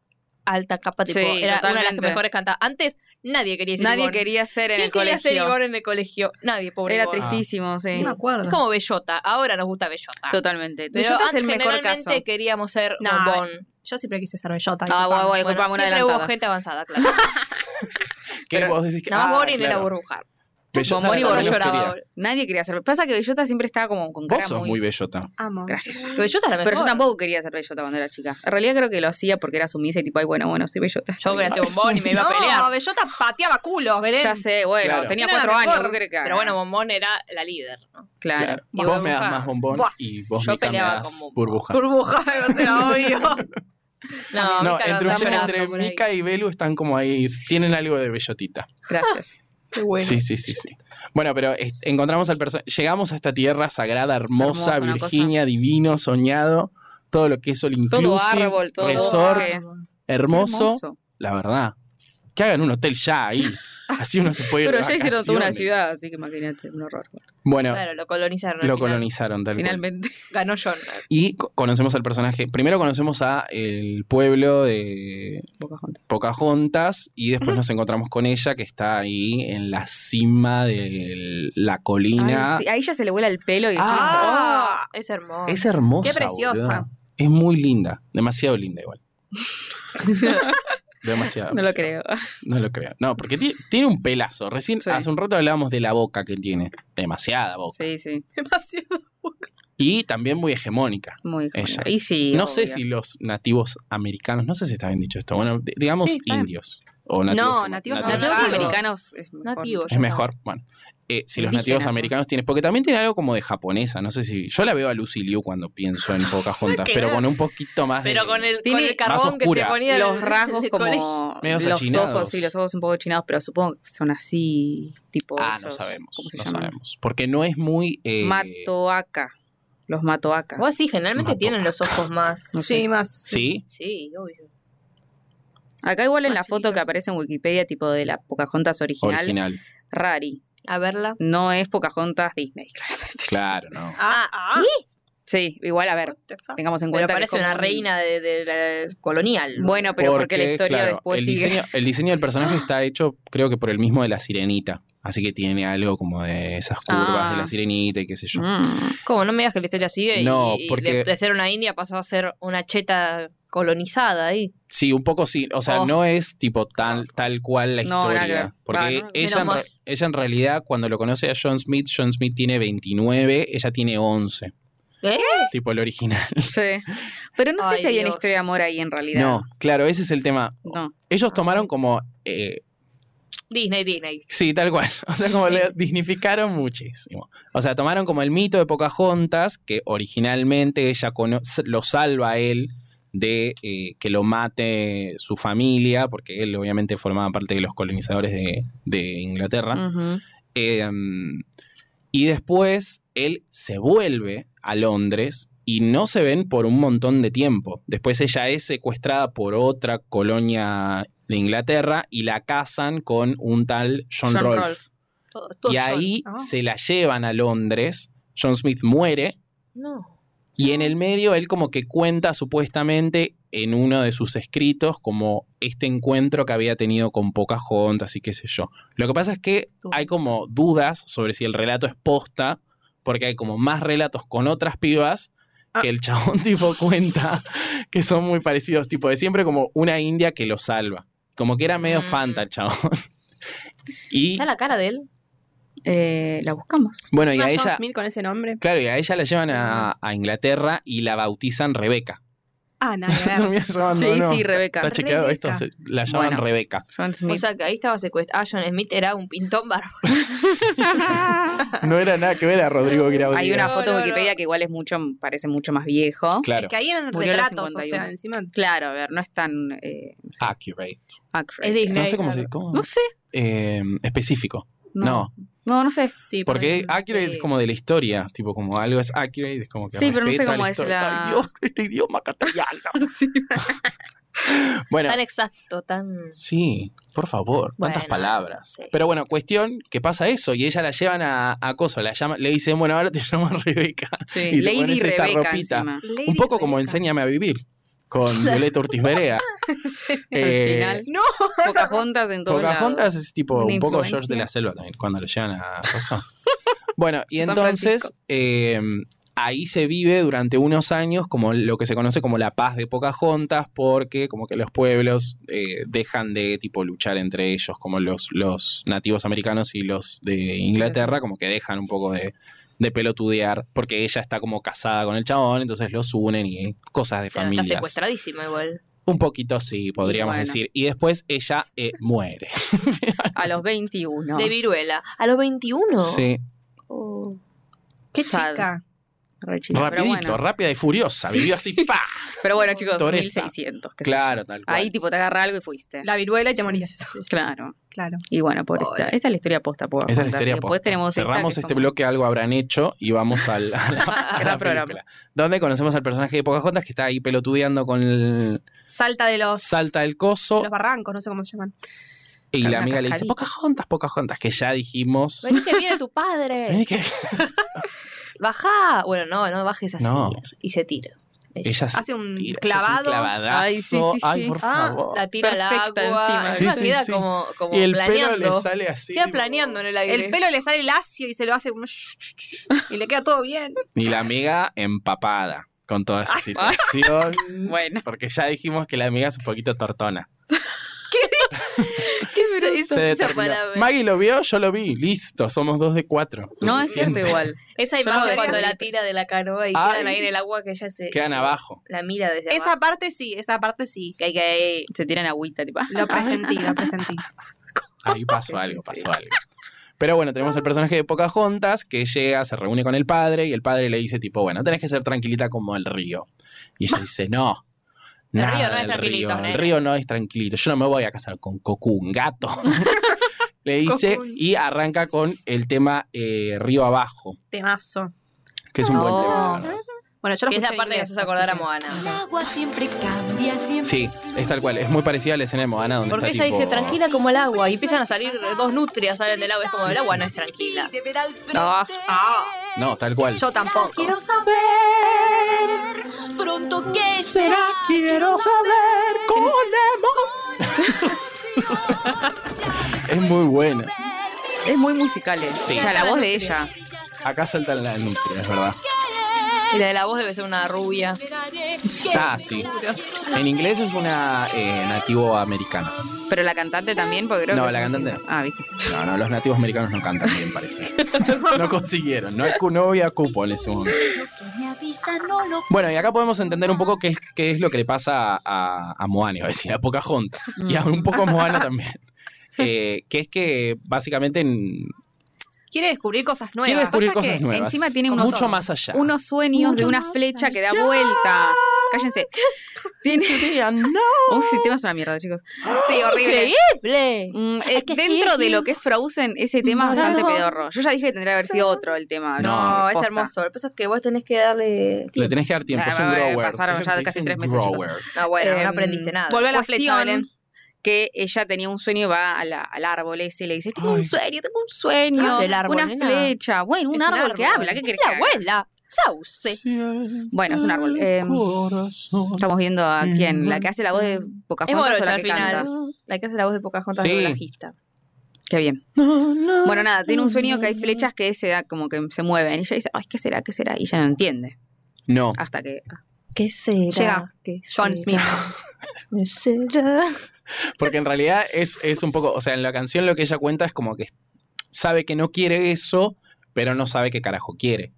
[SPEAKER 5] alta capa, tipo,
[SPEAKER 2] Sí,
[SPEAKER 5] era una de las que
[SPEAKER 2] totalmente.
[SPEAKER 5] mejores canta. Antes nadie quería ser
[SPEAKER 2] Nadie
[SPEAKER 5] Ivonne.
[SPEAKER 2] quería ser en
[SPEAKER 5] ¿Quién
[SPEAKER 2] el
[SPEAKER 5] quería ser
[SPEAKER 2] colegio.
[SPEAKER 5] Ivonne en el colegio? Nadie, pobre
[SPEAKER 2] Era
[SPEAKER 5] Ivonne.
[SPEAKER 2] tristísimo, sí.
[SPEAKER 3] Sí, me acuerdo.
[SPEAKER 5] Es como Bellota. Ahora nos gusta Bellota.
[SPEAKER 2] Totalmente.
[SPEAKER 5] Pero
[SPEAKER 2] Bellota es
[SPEAKER 5] antes
[SPEAKER 2] el mejor
[SPEAKER 5] generalmente
[SPEAKER 2] caso.
[SPEAKER 5] queríamos ser
[SPEAKER 3] No,
[SPEAKER 5] bombón.
[SPEAKER 3] Yo siempre quise ser Bellota.
[SPEAKER 2] Ah, guau,
[SPEAKER 3] disculpame.
[SPEAKER 2] guau,
[SPEAKER 5] Bueno,
[SPEAKER 2] disculpame, una
[SPEAKER 5] siempre hubo
[SPEAKER 2] adelantada.
[SPEAKER 5] gente
[SPEAKER 2] [LAUGHS]
[SPEAKER 5] avanzada, claro.
[SPEAKER 1] Que
[SPEAKER 2] Pero
[SPEAKER 1] vos decís que.
[SPEAKER 5] Nada más
[SPEAKER 1] ah,
[SPEAKER 5] Borin era
[SPEAKER 1] claro.
[SPEAKER 5] burbuja.
[SPEAKER 1] Bellota
[SPEAKER 2] Bombón y
[SPEAKER 1] también
[SPEAKER 2] Borin
[SPEAKER 1] nos
[SPEAKER 5] lloraba.
[SPEAKER 1] quería.
[SPEAKER 5] Borin.
[SPEAKER 2] Nadie quería ser. Pasa que Bellota siempre estaba como con
[SPEAKER 1] Vos
[SPEAKER 2] cara
[SPEAKER 1] sos muy bellota.
[SPEAKER 3] Amo.
[SPEAKER 2] Gracias.
[SPEAKER 5] Que Bellota es la mejor.
[SPEAKER 2] Pero yo tampoco quería ser bellota cuando era chica. En realidad creo que lo hacía porque era sumisa y tipo, ay, bueno, bueno, soy bellota.
[SPEAKER 5] Yo quería ser bombón y me iba a
[SPEAKER 3] No,
[SPEAKER 5] pelear.
[SPEAKER 3] Bellota pateaba culos, Belén.
[SPEAKER 2] Ya sé, bueno,
[SPEAKER 1] Claro.
[SPEAKER 2] tenía
[SPEAKER 3] Era la
[SPEAKER 2] cuatro
[SPEAKER 3] mejor.
[SPEAKER 2] años. ¿qué querés que haga?
[SPEAKER 5] Pero bueno, bombón era la líder. ¿no?
[SPEAKER 2] claro.
[SPEAKER 1] Claro.
[SPEAKER 5] Y
[SPEAKER 1] Vos me
[SPEAKER 5] burbuja.
[SPEAKER 1] das más bombón
[SPEAKER 3] Buah.
[SPEAKER 1] y vos
[SPEAKER 5] Yo
[SPEAKER 1] Mica, me
[SPEAKER 5] peleaba
[SPEAKER 1] das
[SPEAKER 5] con
[SPEAKER 1] burbuja.
[SPEAKER 3] Burbuja, [LAUGHS] era obvio.
[SPEAKER 5] No,
[SPEAKER 1] No,
[SPEAKER 5] Mica
[SPEAKER 1] entre,
[SPEAKER 5] está
[SPEAKER 1] ustedes,
[SPEAKER 5] llorando
[SPEAKER 1] entre
[SPEAKER 5] por ahí.
[SPEAKER 1] Mika y Belu están como ahí, tienen algo de bellotita.
[SPEAKER 2] Gracias.
[SPEAKER 1] Sí, sí, sí, sí. Bueno, pero eh, encontramos al personaje, llegamos a esta tierra sagrada, hermosa,
[SPEAKER 2] Hermosa, una
[SPEAKER 1] Virginia, divino, soñado, todo lo que es all
[SPEAKER 2] Todo
[SPEAKER 1] inclusive,
[SPEAKER 2] árbol, todo
[SPEAKER 1] resort,
[SPEAKER 2] bosque.
[SPEAKER 1] [LAUGHS] hermoso, la verdad. Que hagan un hotel ya
[SPEAKER 2] [LAUGHS]
[SPEAKER 1] ahí, así uno se puede ir
[SPEAKER 2] Pero
[SPEAKER 1] de
[SPEAKER 2] ya hicieron toda una
[SPEAKER 1] vacaciones.
[SPEAKER 2] ciudad, así que imagínate, un horror.
[SPEAKER 1] Bueno,
[SPEAKER 5] Claro, lo colonizaron. al
[SPEAKER 1] lo
[SPEAKER 5] final.
[SPEAKER 1] colonizaron tal cual.
[SPEAKER 2] Finalmente. [LAUGHS]
[SPEAKER 5] Ganó John.
[SPEAKER 1] Y co- conocemos al personaje, primero conocemos a el pueblo de,
[SPEAKER 2] Pocahontas.
[SPEAKER 1] Pocahontas y después
[SPEAKER 5] Ujú.
[SPEAKER 1] nos encontramos con ella que está ahí en la cima de la colina.
[SPEAKER 2] Ay, sí, A ella se le vuela el pelo y decís, "Oh,
[SPEAKER 1] Ah.
[SPEAKER 5] Ah, es hermoso.
[SPEAKER 1] Es hermosa.
[SPEAKER 3] Qué preciosa.
[SPEAKER 1] boluda. Es muy linda, demasiado linda
[SPEAKER 2] [LAUGHS]
[SPEAKER 1] igual. Demasiado.
[SPEAKER 2] "Oh, no lo
[SPEAKER 1] demasiado.
[SPEAKER 2] creo. [LAUGHS]
[SPEAKER 1] No lo creo. No, porque ti- tiene un pelazo. Recién
[SPEAKER 2] Sí.
[SPEAKER 1] hace un rato hablábamos de la boca que tiene. Demasiada boca.
[SPEAKER 2] Sí, sí,
[SPEAKER 3] Demasiado.
[SPEAKER 1] Y también muy hegemónica.
[SPEAKER 2] muy
[SPEAKER 1] Ella.
[SPEAKER 2] ella. Y sí,
[SPEAKER 1] no sé
[SPEAKER 2] obvio.
[SPEAKER 1] si los nativos americanos, no sé si está bien dicho esto. Bueno, d- digamos
[SPEAKER 3] Sí, está bien.
[SPEAKER 1] indios. O nativos,
[SPEAKER 3] No,
[SPEAKER 1] am-
[SPEAKER 3] nativos
[SPEAKER 2] Nativos
[SPEAKER 3] Claro.
[SPEAKER 2] americanos es mejor.
[SPEAKER 5] Nativo.
[SPEAKER 1] Es mejor, bueno. eh, si los
[SPEAKER 2] Indígenas,
[SPEAKER 1] nativos
[SPEAKER 2] ¿no?
[SPEAKER 1] americanos tienen, porque también tiene algo como de japonesa, no sé si. Yo la veo a Lucy Liu cuando pienso en
[SPEAKER 2] [LAUGHS]
[SPEAKER 1] Pocahontas,
[SPEAKER 3] que
[SPEAKER 1] pero
[SPEAKER 3] ver.
[SPEAKER 1] con un poquito más de.
[SPEAKER 5] Pero con el, con
[SPEAKER 2] Tiene-
[SPEAKER 5] el
[SPEAKER 1] Más
[SPEAKER 5] carbón que te
[SPEAKER 1] oscura.
[SPEAKER 5] ponía. en el-
[SPEAKER 2] los rasgos
[SPEAKER 5] en el colegio.
[SPEAKER 2] como
[SPEAKER 1] Medios
[SPEAKER 2] los
[SPEAKER 1] achinados.
[SPEAKER 2] ojos, sí, los ojos un poco chinados, pero supongo que son así, tipo
[SPEAKER 1] Ah, no
[SPEAKER 2] esos-
[SPEAKER 1] sabemos,
[SPEAKER 2] ¿cómo se
[SPEAKER 1] no
[SPEAKER 2] llaman?
[SPEAKER 1] sabemos. Porque no es muy. eh,
[SPEAKER 2] Matoaca. Los matoaca.
[SPEAKER 5] Vos sí, generalmente
[SPEAKER 1] Mato.
[SPEAKER 5] tienen los ojos más.
[SPEAKER 2] No sé.
[SPEAKER 3] Sí, más.
[SPEAKER 1] Sí,
[SPEAKER 5] Sí, obvio.
[SPEAKER 2] Acá igual en la foto que
[SPEAKER 5] Machitos.
[SPEAKER 2] aparece en Wikipedia, tipo de la Pocahontas original,
[SPEAKER 1] original.
[SPEAKER 2] Rari.
[SPEAKER 5] A verla.
[SPEAKER 2] No es Pocahontas Disney, claramente.
[SPEAKER 1] Claro,
[SPEAKER 2] [LAUGHS]
[SPEAKER 1] no.
[SPEAKER 3] Ah, ah,
[SPEAKER 2] Sí, igual, a ver,
[SPEAKER 3] what the fuck.
[SPEAKER 2] tengamos en
[SPEAKER 5] Pero
[SPEAKER 2] cuenta que es
[SPEAKER 5] parece
[SPEAKER 2] como
[SPEAKER 5] una
[SPEAKER 2] un-
[SPEAKER 5] reina de, de la colonial.
[SPEAKER 2] Bueno, pero porque, la historia
[SPEAKER 1] claro,
[SPEAKER 2] después
[SPEAKER 1] el
[SPEAKER 2] sigue. [LAUGHS]
[SPEAKER 1] Diseño, el diseño del personaje está hecho, creo que por el mismo de la sirenita. Así que tiene algo como de esas curvas
[SPEAKER 2] Ah.
[SPEAKER 1] de la sirenita y qué sé yo.
[SPEAKER 2] [LAUGHS] Mm.
[SPEAKER 5] Como no me digas que la historia sigue y-
[SPEAKER 1] No,
[SPEAKER 5] y,
[SPEAKER 1] porque-
[SPEAKER 5] de, de ser una india pasó a ser una cheta colonizada ahí.
[SPEAKER 1] Sí, un poco sí. O sea,
[SPEAKER 5] Oh.
[SPEAKER 1] no es tipo tal, tal cual la
[SPEAKER 2] No, nada que
[SPEAKER 1] historia.
[SPEAKER 2] ver.
[SPEAKER 1] Porque
[SPEAKER 2] Ah, no,
[SPEAKER 1] ella, en
[SPEAKER 5] menos
[SPEAKER 1] re- ella en realidad, cuando lo conoce a John Smith, John Smith tiene 29, ella tiene 11.
[SPEAKER 5] ¿Eh?
[SPEAKER 1] Tipo el original.
[SPEAKER 2] Sí. Pero no sé
[SPEAKER 5] Ay,
[SPEAKER 2] si hay una
[SPEAKER 5] Dios.
[SPEAKER 2] historia de amor ahí en realidad.
[SPEAKER 1] No, claro, ese es el tema.
[SPEAKER 2] No.
[SPEAKER 1] Ellos tomaron como eh,
[SPEAKER 5] Disney, Disney.
[SPEAKER 1] Sí, tal cual. [LAUGHS] O sea, como le dignificaron muchísimo. O sea, tomaron como el mito de Pocahontas, que originalmente ella cono- lo salva a él de eh, que lo mate su familia, porque él obviamente formaba parte de los colonizadores de, de
[SPEAKER 2] Mm.
[SPEAKER 1] Inglaterra.
[SPEAKER 2] Ujú.
[SPEAKER 1] Eh, mm, y después él se vuelve a Londres y no se ven por un montón de tiempo. Después ella es secuestrada por otra colonia de Inglaterra y la casan con un tal John,
[SPEAKER 2] John
[SPEAKER 1] Rolfe.
[SPEAKER 2] Rolfe.
[SPEAKER 5] Todo- todo
[SPEAKER 1] y
[SPEAKER 5] son,
[SPEAKER 1] ahí
[SPEAKER 5] ¿no?
[SPEAKER 1] se la llevan a Londres. John Smith muere
[SPEAKER 5] No.
[SPEAKER 1] y en el medio él como que cuenta supuestamente en uno de sus escritos como este encuentro que había tenido con Pocahontas y qué sé yo. Lo que pasa es que hay como dudas sobre si el relato es posta, porque hay como más relatos con otras pibas que el chabón [LAUGHS] tipo cuenta que son muy parecidos, tipo de siempre como una india que lo salva. Como que era medio
[SPEAKER 5] Mm.
[SPEAKER 1] fanta el chabón. [LAUGHS] Y
[SPEAKER 5] Está la cara de él.
[SPEAKER 2] Eh, la buscamos.
[SPEAKER 1] bueno, y
[SPEAKER 3] Encima
[SPEAKER 1] a
[SPEAKER 3] John
[SPEAKER 1] ella...
[SPEAKER 3] Smith con ese nombre.
[SPEAKER 1] Claro, y a ella la llevan a, a Inglaterra y la bautizan Rebeca.
[SPEAKER 3] Ah, nada. que ver.
[SPEAKER 1] Termina llamando,
[SPEAKER 2] sí,
[SPEAKER 1] ¿no?
[SPEAKER 2] sí, Rebeca.
[SPEAKER 1] ¿Está chequeado
[SPEAKER 3] Rebeca.
[SPEAKER 1] esto? Se- La llaman
[SPEAKER 2] Bueno.
[SPEAKER 1] Rebeca.
[SPEAKER 2] John Smith.
[SPEAKER 5] O sea, que ahí estaba secuestrado. Ah, John Smith era un pintón bárbaro.
[SPEAKER 1] No era nada que ver a Rodrigo Graudías.
[SPEAKER 2] Hay una
[SPEAKER 3] No,
[SPEAKER 2] foto
[SPEAKER 3] no,
[SPEAKER 2] en Wikipedia
[SPEAKER 3] no.
[SPEAKER 2] que igual es mucho, parece mucho más viejo.
[SPEAKER 1] Claro.
[SPEAKER 3] Que ahí eran
[SPEAKER 2] Murió a los
[SPEAKER 3] retratos, o
[SPEAKER 2] 51.
[SPEAKER 3] sea, encima.
[SPEAKER 2] Claro, a ver, no es tan eh, no sé,
[SPEAKER 1] Accurate.
[SPEAKER 2] accurate.
[SPEAKER 5] Es Disney.
[SPEAKER 1] ah, No sé cómo se... ¿cómo?
[SPEAKER 2] No sé.
[SPEAKER 1] Eh, específico. No.
[SPEAKER 2] No, no, no sé.
[SPEAKER 3] Sí,
[SPEAKER 1] Porque
[SPEAKER 3] pero-
[SPEAKER 1] accurate es como de la historia. Tipo, como algo es accurate, es como que
[SPEAKER 2] Sí, pero no sé
[SPEAKER 1] respeta
[SPEAKER 2] cómo
[SPEAKER 1] la
[SPEAKER 2] es
[SPEAKER 1] historia.
[SPEAKER 2] la-
[SPEAKER 1] Ay, Dios, este idioma
[SPEAKER 2] [LAUGHS]
[SPEAKER 1] castellano.
[SPEAKER 2] [LAUGHS] Sí.
[SPEAKER 1] bueno,
[SPEAKER 5] Tan exacto, tan.
[SPEAKER 1] sí, por favor, cuántas
[SPEAKER 5] Bueno,
[SPEAKER 1] palabras.
[SPEAKER 5] sí.
[SPEAKER 1] Pero bueno, cuestión que pasa eso y ella la llevan a, a Coso, la llama, le dicen, bueno, ahora te [LAUGHS] llaman Rebeca.
[SPEAKER 2] Sí,
[SPEAKER 1] Y te
[SPEAKER 2] Lady
[SPEAKER 1] pones esta
[SPEAKER 2] Rebeca
[SPEAKER 1] ropita.
[SPEAKER 2] encima.
[SPEAKER 3] Lady
[SPEAKER 1] Un poco como
[SPEAKER 3] Rebeca.
[SPEAKER 1] Enséñame a vivir
[SPEAKER 2] [LAUGHS]
[SPEAKER 1] con Violeta Ortiz Berea.
[SPEAKER 3] [LAUGHS] Sí.
[SPEAKER 1] Eh,
[SPEAKER 2] Al final.
[SPEAKER 3] No.
[SPEAKER 2] Pocahontas en todo
[SPEAKER 1] Pocahontas es tipo
[SPEAKER 2] Una
[SPEAKER 1] un poco
[SPEAKER 2] influencia.
[SPEAKER 1] George de la Selva también, cuando lo llevan a
[SPEAKER 2] [LAUGHS]
[SPEAKER 1] Coso. bueno, y
[SPEAKER 2] San
[SPEAKER 1] entonces
[SPEAKER 2] Francisco.
[SPEAKER 1] eh, ahí se vive durante unos años como lo que se conoce como la paz de Pocahontas, porque como que los pueblos eh, dejan de tipo luchar entre ellos, como los, los nativos americanos y los de Inglaterra, como que dejan un poco de de pelotudear, porque ella está como casada con el chabón, entonces los unen y hay cosas de
[SPEAKER 5] Está
[SPEAKER 1] familias.
[SPEAKER 5] secuestradísima igual.
[SPEAKER 1] Un poquito sí, podríamos
[SPEAKER 2] bueno.
[SPEAKER 1] decir. Y después ella eh, muere.
[SPEAKER 2] A los 21.
[SPEAKER 5] De viruela. A los 21.
[SPEAKER 1] Sí,
[SPEAKER 5] Oh.
[SPEAKER 3] Qué
[SPEAKER 2] Sad.
[SPEAKER 3] chica.
[SPEAKER 2] Re chica, pero
[SPEAKER 1] rapidito,
[SPEAKER 2] bueno.
[SPEAKER 1] rápida y furiosa. Vivió
[SPEAKER 2] [LAUGHS]
[SPEAKER 1] así, ¡pa!
[SPEAKER 2] Pero bueno, chicos,
[SPEAKER 1] Toretta.
[SPEAKER 2] 1600. qué sé yo.
[SPEAKER 1] Claro, tal cual.
[SPEAKER 2] Ahí tipo te agarra algo y fuiste.
[SPEAKER 3] La viruela y te morías.
[SPEAKER 2] Claro.
[SPEAKER 3] Claro.
[SPEAKER 2] Y bueno, por esta, esta es la historia posta. puedo
[SPEAKER 1] Esa es la
[SPEAKER 2] contar.
[SPEAKER 1] historia
[SPEAKER 2] Después
[SPEAKER 1] posta.
[SPEAKER 2] tenemos esta
[SPEAKER 1] Cerramos
[SPEAKER 2] que es
[SPEAKER 1] este
[SPEAKER 2] como-
[SPEAKER 1] bloque, algo habrán hecho, y vamos al, a
[SPEAKER 2] [LAUGHS]
[SPEAKER 1] la, a la
[SPEAKER 2] Gran programa.
[SPEAKER 1] película. Donde conocemos al personaje de Pocahontas que está ahí pelotudeando con el...
[SPEAKER 3] Salta de los.
[SPEAKER 1] Salta del coso
[SPEAKER 3] Los barrancos, no sé cómo se llaman.
[SPEAKER 1] y
[SPEAKER 2] con
[SPEAKER 1] la
[SPEAKER 2] una
[SPEAKER 1] amiga le dice,
[SPEAKER 2] cascarita.
[SPEAKER 1] Pocahontas, Pocahontas, que ya dijimos...
[SPEAKER 5] Vení que viene
[SPEAKER 1] [LAUGHS]
[SPEAKER 5] tu
[SPEAKER 1] Vení
[SPEAKER 5] padre.
[SPEAKER 1] que-
[SPEAKER 2] eh,
[SPEAKER 5] Bajá. Bueno, no, no bajes así.
[SPEAKER 1] No.
[SPEAKER 5] Y se tira. Ella.
[SPEAKER 1] Ella se
[SPEAKER 3] Hace un
[SPEAKER 1] tira, ella hace un
[SPEAKER 3] clavado.
[SPEAKER 1] clavadazo.
[SPEAKER 2] Ay,
[SPEAKER 1] Ay,
[SPEAKER 2] sí, sí, sí.
[SPEAKER 1] por
[SPEAKER 3] Ah,
[SPEAKER 1] favor.
[SPEAKER 5] La tira al agua.
[SPEAKER 2] Perfecta encima.
[SPEAKER 5] Encima
[SPEAKER 1] Sí, sí,
[SPEAKER 5] queda
[SPEAKER 1] sí.
[SPEAKER 5] como, como
[SPEAKER 1] Y el
[SPEAKER 5] planeando.
[SPEAKER 1] pelo le sale así.
[SPEAKER 5] queda
[SPEAKER 1] tipo-
[SPEAKER 5] planeando en el aire.
[SPEAKER 3] el pelo le sale lacio y se lo hace como. Y le queda todo
[SPEAKER 5] [LAUGHS]
[SPEAKER 3] bien.
[SPEAKER 1] Y la amiga empapada con toda esa situación.
[SPEAKER 2] Bueno.
[SPEAKER 1] Porque ya dijimos que la amiga es un poquito tortona.
[SPEAKER 5] [LAUGHS] ¿Qué se hizo
[SPEAKER 1] Se
[SPEAKER 5] esa
[SPEAKER 1] determinó.
[SPEAKER 5] palabra?
[SPEAKER 1] Maggie lo vio, yo lo vi. Listo, somos dos de cuatro.
[SPEAKER 2] No, es cierto
[SPEAKER 1] Suficiente.
[SPEAKER 2] igual.
[SPEAKER 5] Esa
[SPEAKER 2] Yo no
[SPEAKER 5] imagen
[SPEAKER 2] vería.
[SPEAKER 5] cuando la tira de la canoa y
[SPEAKER 1] Ay.
[SPEAKER 5] quedan ahí en el agua que ella se.
[SPEAKER 1] Quedan
[SPEAKER 5] se-
[SPEAKER 1] abajo.
[SPEAKER 5] La mira desde
[SPEAKER 3] Esa
[SPEAKER 5] abajo.
[SPEAKER 3] parte sí, esa parte sí.
[SPEAKER 5] Que hay que.
[SPEAKER 2] Se tiran agüita, tipo. ah.
[SPEAKER 3] Lo presentí, lo
[SPEAKER 5] [LAUGHS]
[SPEAKER 3] presentí.
[SPEAKER 1] Ahí pasó
[SPEAKER 2] Sí,
[SPEAKER 1] algo,
[SPEAKER 2] sí,
[SPEAKER 1] pasó algo. Pero bueno, tenemos el personaje de Pocahontas que llega, se reúne con el padre y el padre le dice tipo, bueno, tenés que ser tranquilita como el río. Y
[SPEAKER 5] [LAUGHS]
[SPEAKER 1] ella dice, no.
[SPEAKER 5] El
[SPEAKER 1] nada
[SPEAKER 5] río no es
[SPEAKER 1] del
[SPEAKER 5] tranquilito,
[SPEAKER 1] río, El
[SPEAKER 5] nena".
[SPEAKER 1] río no es tranquilito. Yo no me voy a casar con Cocu, un
[SPEAKER 5] [LAUGHS]
[SPEAKER 1] gato. le dice
[SPEAKER 3] Cocoon.
[SPEAKER 1] y arranca con el tema eh, Río Abajo,
[SPEAKER 3] Temazo.
[SPEAKER 1] que es un buen
[SPEAKER 5] Oh.
[SPEAKER 2] No.
[SPEAKER 1] tema. la verdad.
[SPEAKER 3] Bueno, yo lo
[SPEAKER 5] Que es la
[SPEAKER 3] escuché en
[SPEAKER 5] parte que
[SPEAKER 3] inglés,
[SPEAKER 5] nos hace acordar a
[SPEAKER 3] así que-
[SPEAKER 5] Moana.
[SPEAKER 4] El agua siempre cambia, siempre.
[SPEAKER 1] Sí, es tal cual. Es muy parecida a la escena de Moana donde
[SPEAKER 5] Porque
[SPEAKER 1] está
[SPEAKER 5] ella dice
[SPEAKER 1] tipo-
[SPEAKER 5] tranquila como el agua y empiezan a salir eh, dos nutrias salen del agua. Es como el agua no es tranquila.
[SPEAKER 2] Ah,
[SPEAKER 3] Ah,
[SPEAKER 1] No, tal cual.
[SPEAKER 3] yo tampoco.
[SPEAKER 4] Quiero saber pronto qué será. Quiero saber
[SPEAKER 1] [LAUGHS] Es muy buena.
[SPEAKER 2] Es muy musical. eh.
[SPEAKER 1] Sí.
[SPEAKER 2] O
[SPEAKER 5] Ah,
[SPEAKER 2] sea, la voz de ella.
[SPEAKER 1] Acá saltan las nutrias, es verdad.
[SPEAKER 5] Y la de la voz debe ser una rubia.
[SPEAKER 1] Está sí. En inglés es una eh, nativo americana.
[SPEAKER 2] Pero la cantante también, porque creo
[SPEAKER 1] No,
[SPEAKER 2] que.
[SPEAKER 1] la
[SPEAKER 2] son
[SPEAKER 1] cantante
[SPEAKER 2] distintas. Ah,
[SPEAKER 1] [LAUGHS]
[SPEAKER 2] viste.
[SPEAKER 1] No, no, los nativos americanos no cantan bien, parece.
[SPEAKER 2] [LAUGHS]
[SPEAKER 1] No consiguieron. No, hay, cu- no había cupo en ese momento. Bueno, y acá podemos entender un poco qué es, qué es lo que le pasa a, a Moana, iba a decir, a Pocahontas. Y a un poco a Moana también.
[SPEAKER 2] Mm.
[SPEAKER 1] eh, que es que básicamente en-
[SPEAKER 3] Quiere descubrir cosas nuevas.
[SPEAKER 1] quiere descubrir
[SPEAKER 2] Pasa que
[SPEAKER 1] cosas nuevas.
[SPEAKER 2] encima tiene unos-
[SPEAKER 1] mucho más allá.
[SPEAKER 2] Unos sueños de
[SPEAKER 5] Mucho
[SPEAKER 2] una
[SPEAKER 5] más
[SPEAKER 2] flecha que da
[SPEAKER 5] allá.
[SPEAKER 2] vuelta.
[SPEAKER 5] [LAUGHS]
[SPEAKER 2] Cállense. Tiene... Un sistema es una mierda, chicos.
[SPEAKER 3] Sí, horrible.
[SPEAKER 5] ¡Increíble!
[SPEAKER 2] Mm, eh,
[SPEAKER 5] Ah,
[SPEAKER 2] dentro
[SPEAKER 5] que
[SPEAKER 2] de
[SPEAKER 5] escribir.
[SPEAKER 2] lo que es Frozen, ese tema es
[SPEAKER 5] Morado.
[SPEAKER 2] bastante pedorro. Yo ya dije que tendría que haber sido otro el tema. No,
[SPEAKER 1] No,
[SPEAKER 2] es
[SPEAKER 5] posta.
[SPEAKER 2] hermoso.
[SPEAKER 5] Lo que pasa es que vos tenés que darle.
[SPEAKER 1] Le tenés que dar tiempo,
[SPEAKER 2] Ah,
[SPEAKER 1] es un
[SPEAKER 2] va, va,
[SPEAKER 1] grower.
[SPEAKER 2] pasaron
[SPEAKER 1] Es lo
[SPEAKER 2] ya
[SPEAKER 1] que se
[SPEAKER 2] casi
[SPEAKER 1] dice,
[SPEAKER 2] tres
[SPEAKER 1] un
[SPEAKER 2] meses, chicos.
[SPEAKER 1] grower.
[SPEAKER 5] No, Ah, bueno,
[SPEAKER 2] Em,
[SPEAKER 5] no aprendiste nada.
[SPEAKER 3] Volvé a la flecha,
[SPEAKER 2] Cuestión
[SPEAKER 3] Belén.
[SPEAKER 2] que ella tenía un sueño y va a la- al árbol ese y le dice, tengo
[SPEAKER 1] Ay.
[SPEAKER 2] un sueño, tengo un sueño,
[SPEAKER 5] Ah, es el árbol,
[SPEAKER 2] una
[SPEAKER 5] nena.
[SPEAKER 2] flecha, bueno, un
[SPEAKER 3] Es un
[SPEAKER 2] árbol, que
[SPEAKER 3] árbol.
[SPEAKER 2] habla, ¿qué querés que
[SPEAKER 5] La
[SPEAKER 2] haga?
[SPEAKER 5] abuela. Sauce.
[SPEAKER 2] Bueno, es un árbol. Eh, estamos viendo a quién, la que hace la voz de
[SPEAKER 5] Es
[SPEAKER 2] Pocahontas o
[SPEAKER 5] Morocha
[SPEAKER 2] la
[SPEAKER 5] al
[SPEAKER 2] que
[SPEAKER 5] final.
[SPEAKER 2] canta.
[SPEAKER 5] La que hace la voz de Pocahontas
[SPEAKER 1] Sí.
[SPEAKER 5] de doblajista.
[SPEAKER 2] Qué bien. Bueno, nada, tiene un sueño que hay flechas que se da como que se mueven y ella dice, ay, ¿qué será? ¿Qué será? Y ella no entiende.
[SPEAKER 1] No.
[SPEAKER 2] Hasta que ah,
[SPEAKER 5] ¿Qué será?
[SPEAKER 3] Llega
[SPEAKER 5] ¿Qué
[SPEAKER 3] John
[SPEAKER 5] será? ¿Qué será?
[SPEAKER 1] Porque en realidad es, es un poco, o sea, en la canción lo que ella cuenta es como que sabe que no quiere eso, pero no sabe qué carajo quiere.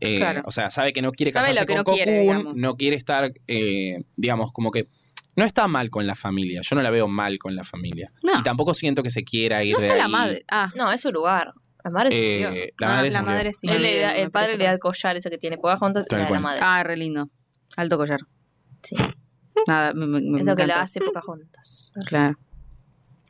[SPEAKER 1] Eh,
[SPEAKER 2] Claro.
[SPEAKER 1] O sea, sabe que no quiere
[SPEAKER 2] Sabe
[SPEAKER 1] casarse
[SPEAKER 2] lo que
[SPEAKER 1] con
[SPEAKER 2] no quiere,
[SPEAKER 1] Cocoon,
[SPEAKER 2] digamos.
[SPEAKER 1] no quiere estar, eh, digamos, como que no está mal con la familia. Yo no la veo mal con la familia.
[SPEAKER 2] No.
[SPEAKER 1] Y tampoco siento que se quiera ir
[SPEAKER 2] no
[SPEAKER 1] de
[SPEAKER 2] está la
[SPEAKER 1] ahí.
[SPEAKER 2] madre. Ah,
[SPEAKER 5] No, es su lugar. La madre se
[SPEAKER 1] Eh,
[SPEAKER 5] murió.
[SPEAKER 1] la
[SPEAKER 2] Ah,
[SPEAKER 1] madre se
[SPEAKER 3] la
[SPEAKER 1] murió.
[SPEAKER 3] madre sí.
[SPEAKER 5] Él
[SPEAKER 2] me-
[SPEAKER 5] le da-
[SPEAKER 2] me
[SPEAKER 5] el padre
[SPEAKER 2] parece
[SPEAKER 5] le da el collar ese que tiene Pocahontas
[SPEAKER 1] Tal
[SPEAKER 5] era la
[SPEAKER 1] cual.
[SPEAKER 5] madre.
[SPEAKER 2] ah, re lindo. Alto collar.
[SPEAKER 1] [LAUGHS]
[SPEAKER 5] Sí.
[SPEAKER 2] Nada, me, me- me
[SPEAKER 5] es lo que le
[SPEAKER 2] encanta.
[SPEAKER 5] hace Pocahontas.
[SPEAKER 2] Claro.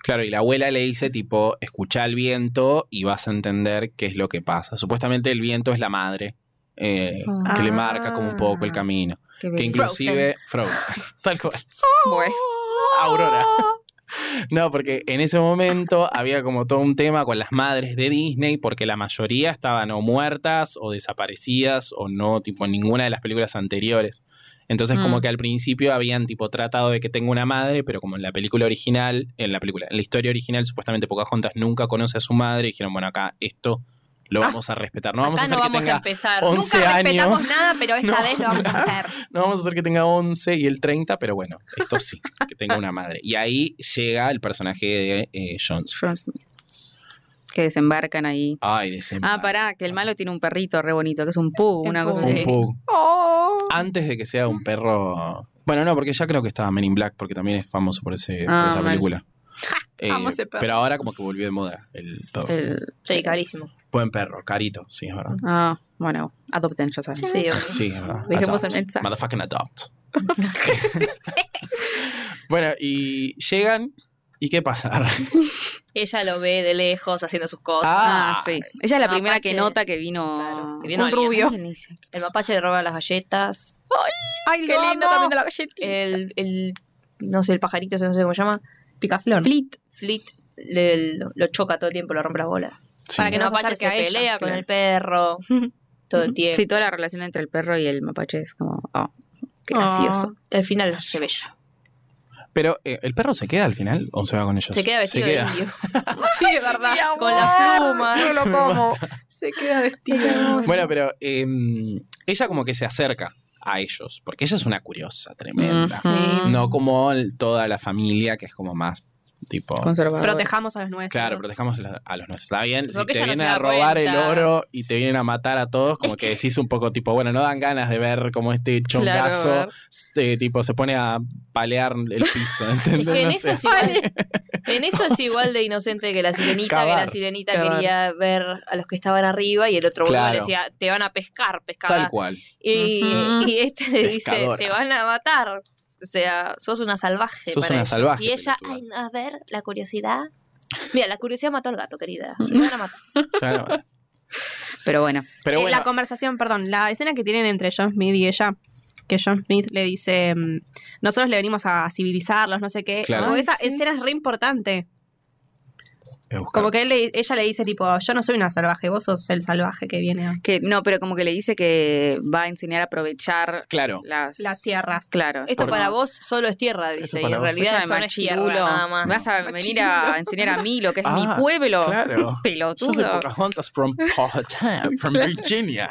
[SPEAKER 1] Claro, y la abuela le dice tipo, escucha el viento y vas a entender qué es lo que pasa. Supuestamente el viento es la madre, eh,
[SPEAKER 2] Ah.
[SPEAKER 1] que le marca como un poco el camino.
[SPEAKER 2] Qué
[SPEAKER 1] Que
[SPEAKER 2] bello.
[SPEAKER 1] inclusive Frozen, [LAUGHS] tal cual.
[SPEAKER 2] Bueno.
[SPEAKER 1] Aurora. [LAUGHS] No, porque en ese momento había como todo un tema con las madres de Disney, porque la mayoría estaban o muertas o desaparecidas o no, tipo en ninguna de las películas anteriores. Entonces,
[SPEAKER 2] Mm.
[SPEAKER 1] como que al principio habían tipo tratado de que tenga una madre, pero como en la película original, en la película, en la historia original, supuestamente Pocahontas nunca conoce a su madre y dijeron, bueno, acá esto lo
[SPEAKER 2] Ah,
[SPEAKER 1] vamos a respetar. No vamos a
[SPEAKER 5] Acá
[SPEAKER 1] hacer
[SPEAKER 5] no
[SPEAKER 1] que
[SPEAKER 5] vamos a
[SPEAKER 1] tenga
[SPEAKER 5] empezar.
[SPEAKER 1] 11
[SPEAKER 3] Nunca respetamos
[SPEAKER 1] años.
[SPEAKER 3] nada, pero esta
[SPEAKER 1] No,
[SPEAKER 3] vez lo vamos a hacer.
[SPEAKER 1] No vamos a hacer que tenga 11 y el 30, pero bueno, esto sí, que tenga una madre. Y ahí llega el personaje de eh, Jones.
[SPEAKER 2] Frozen. Que desembarcan ahí.
[SPEAKER 1] Ay, desembarco.
[SPEAKER 2] Ah, pará, que el malo tiene un perrito re bonito, que es un pug,
[SPEAKER 5] El
[SPEAKER 2] una
[SPEAKER 5] pug.
[SPEAKER 2] cosa
[SPEAKER 1] Un
[SPEAKER 2] así.
[SPEAKER 1] pug. Antes de que sea un perro. Bueno, no, porque ya creo que estaba Men in Black, porque también es famoso por, ese, por
[SPEAKER 2] Ah,
[SPEAKER 1] esa
[SPEAKER 2] mal.
[SPEAKER 1] película. Eh,
[SPEAKER 3] amo ese perro.
[SPEAKER 1] Pero ahora como que volvió de moda el perro.
[SPEAKER 2] El-
[SPEAKER 5] [LAUGHS] Sí, carísimo.
[SPEAKER 1] Buen perro, carito, sí, es verdad.
[SPEAKER 2] Ah, bueno, adopten, ya saben.
[SPEAKER 5] Sí, obvio.
[SPEAKER 1] Sí, es verdad.
[SPEAKER 2] Dejemos
[SPEAKER 1] Adopt.
[SPEAKER 2] el mensaje.
[SPEAKER 1] Motherfucking adopt. bueno, y llegan. ¿Y qué pasa?
[SPEAKER 5] Ella lo ve de lejos haciendo sus cosas.
[SPEAKER 2] Ah,
[SPEAKER 1] Ah,
[SPEAKER 2] sí. Ella es la
[SPEAKER 5] no,
[SPEAKER 2] primera que
[SPEAKER 5] Apache.
[SPEAKER 2] nota que vino.
[SPEAKER 5] Claro, que vino
[SPEAKER 3] Un
[SPEAKER 5] alguien.
[SPEAKER 3] rubio.
[SPEAKER 2] Alguien dice,
[SPEAKER 5] El mapache le roba las galletas.
[SPEAKER 3] Ay,
[SPEAKER 5] Qué lindo también de
[SPEAKER 3] la galletita.
[SPEAKER 5] El, el, no sé, el pajarito, ese no sé cómo se llama. Picaflor.
[SPEAKER 2] Flit.
[SPEAKER 5] Flit le- lo, lo choca todo el tiempo, lo rompe las bolas.
[SPEAKER 1] Sí.
[SPEAKER 3] Para que
[SPEAKER 5] el
[SPEAKER 3] no se
[SPEAKER 5] mapache
[SPEAKER 3] acerque
[SPEAKER 5] se
[SPEAKER 3] a ella,
[SPEAKER 5] pelea con
[SPEAKER 2] claro.
[SPEAKER 3] [LAUGHS]
[SPEAKER 5] el perro todo el tiempo.
[SPEAKER 2] Sí, toda la relación entre el perro y el mapache es como, oh, qué
[SPEAKER 5] Ah.
[SPEAKER 3] Ah.
[SPEAKER 2] gracioso.
[SPEAKER 5] Al final se bella.
[SPEAKER 1] Pero, eh, ¿el perro se queda al final o se va con ellos?
[SPEAKER 5] Se queda vestido
[SPEAKER 1] queda.
[SPEAKER 5] de indio.
[SPEAKER 3] [LAUGHS] Sí, de
[SPEAKER 5] [LAUGHS]
[SPEAKER 3] verdad.
[SPEAKER 5] Con las plumas.
[SPEAKER 3] No lo como. Se queda vestido.
[SPEAKER 5] Pues
[SPEAKER 1] Bueno, pero eh, ella como que se acerca a ellos, porque ella es una curiosa tremenda.
[SPEAKER 5] Mm.
[SPEAKER 2] Ujú.
[SPEAKER 1] No como el- toda la familia, que es como más tipo...
[SPEAKER 2] Conservador.
[SPEAKER 3] Protejamos a los nuestros.
[SPEAKER 1] Claro, protejamos a los- a los nuestros. Está bien, si
[SPEAKER 5] Porque
[SPEAKER 1] te
[SPEAKER 5] ella no
[SPEAKER 1] vienen
[SPEAKER 5] se
[SPEAKER 1] a
[SPEAKER 5] da
[SPEAKER 1] robar el
[SPEAKER 5] cuenta.
[SPEAKER 1] oro y te vienen a matar a todos, como
[SPEAKER 5] Es
[SPEAKER 1] que, decís un poco tipo, bueno, no dan ganas de ver cómo este chongazo
[SPEAKER 2] Claro,
[SPEAKER 1] este, tipo, se pone a palear el piso. [LAUGHS]
[SPEAKER 5] Es
[SPEAKER 1] ¿entendés?
[SPEAKER 5] que en
[SPEAKER 1] No
[SPEAKER 5] eso,
[SPEAKER 1] sé. [LAUGHS]
[SPEAKER 5] es igual, en eso es igual de inocente que la sirenita, que
[SPEAKER 1] Cavar.
[SPEAKER 5] la sirenita
[SPEAKER 2] Cavar.
[SPEAKER 5] quería ver a los que estaban arriba y el otro boludo
[SPEAKER 1] Claro.
[SPEAKER 5] le decía, te van a pescar,
[SPEAKER 1] Tal
[SPEAKER 5] pescada.
[SPEAKER 1] cual.
[SPEAKER 5] Y,
[SPEAKER 2] Ujú.
[SPEAKER 5] y este le dice,
[SPEAKER 1] Pescadora.
[SPEAKER 5] te van a matar. O sea, sos una salvaje.
[SPEAKER 1] Sos
[SPEAKER 5] para
[SPEAKER 1] una
[SPEAKER 5] ellos.
[SPEAKER 1] salvaje,
[SPEAKER 5] Y ella,
[SPEAKER 1] pelotuda.
[SPEAKER 5] "Ay, no, a ver, la curiosidad. Mira, la curiosidad mató al gato, querida. Se van a matar.
[SPEAKER 1] Claro.
[SPEAKER 2] Pero bueno,
[SPEAKER 1] Pero
[SPEAKER 5] [LAUGHS]
[SPEAKER 3] Eh,
[SPEAKER 1] bueno,
[SPEAKER 3] La conversación, perdón, la escena que tienen entre John Smith y ella, que John Smith le dice, mm, nosotros le venimos a civilizarlos, no sé qué.
[SPEAKER 1] Claro.
[SPEAKER 3] Como
[SPEAKER 5] Ay,
[SPEAKER 3] esa
[SPEAKER 5] sí.
[SPEAKER 3] escena es re importante.
[SPEAKER 1] voy a buscar.
[SPEAKER 3] Como que él le- ella le dice, tipo, yo no soy una salvaje, vos sos el salvaje que
[SPEAKER 2] [LAUGHS]
[SPEAKER 3] viene a
[SPEAKER 2] que no, pero como que le dice que va a enseñar a aprovechar
[SPEAKER 1] claro.
[SPEAKER 2] las,
[SPEAKER 3] las tierras.
[SPEAKER 2] Claro.
[SPEAKER 5] Esto
[SPEAKER 1] Por-
[SPEAKER 5] para vos solo es tierra,
[SPEAKER 1] Eso
[SPEAKER 5] dice. Y
[SPEAKER 1] para
[SPEAKER 5] en
[SPEAKER 1] vos.
[SPEAKER 5] realidad
[SPEAKER 2] Ella
[SPEAKER 5] esto no es tierra, nada más.
[SPEAKER 2] Vas a venir a enseñar a mí lo que es
[SPEAKER 1] Ah,
[SPEAKER 2] mi
[SPEAKER 5] Oh.
[SPEAKER 2] pueblo.
[SPEAKER 1] Claro. Yo soy
[SPEAKER 2] Pelotudo.
[SPEAKER 1] Pocahontas
[SPEAKER 5] [LAUGHS]
[SPEAKER 1] from Powhatan, from Virginia.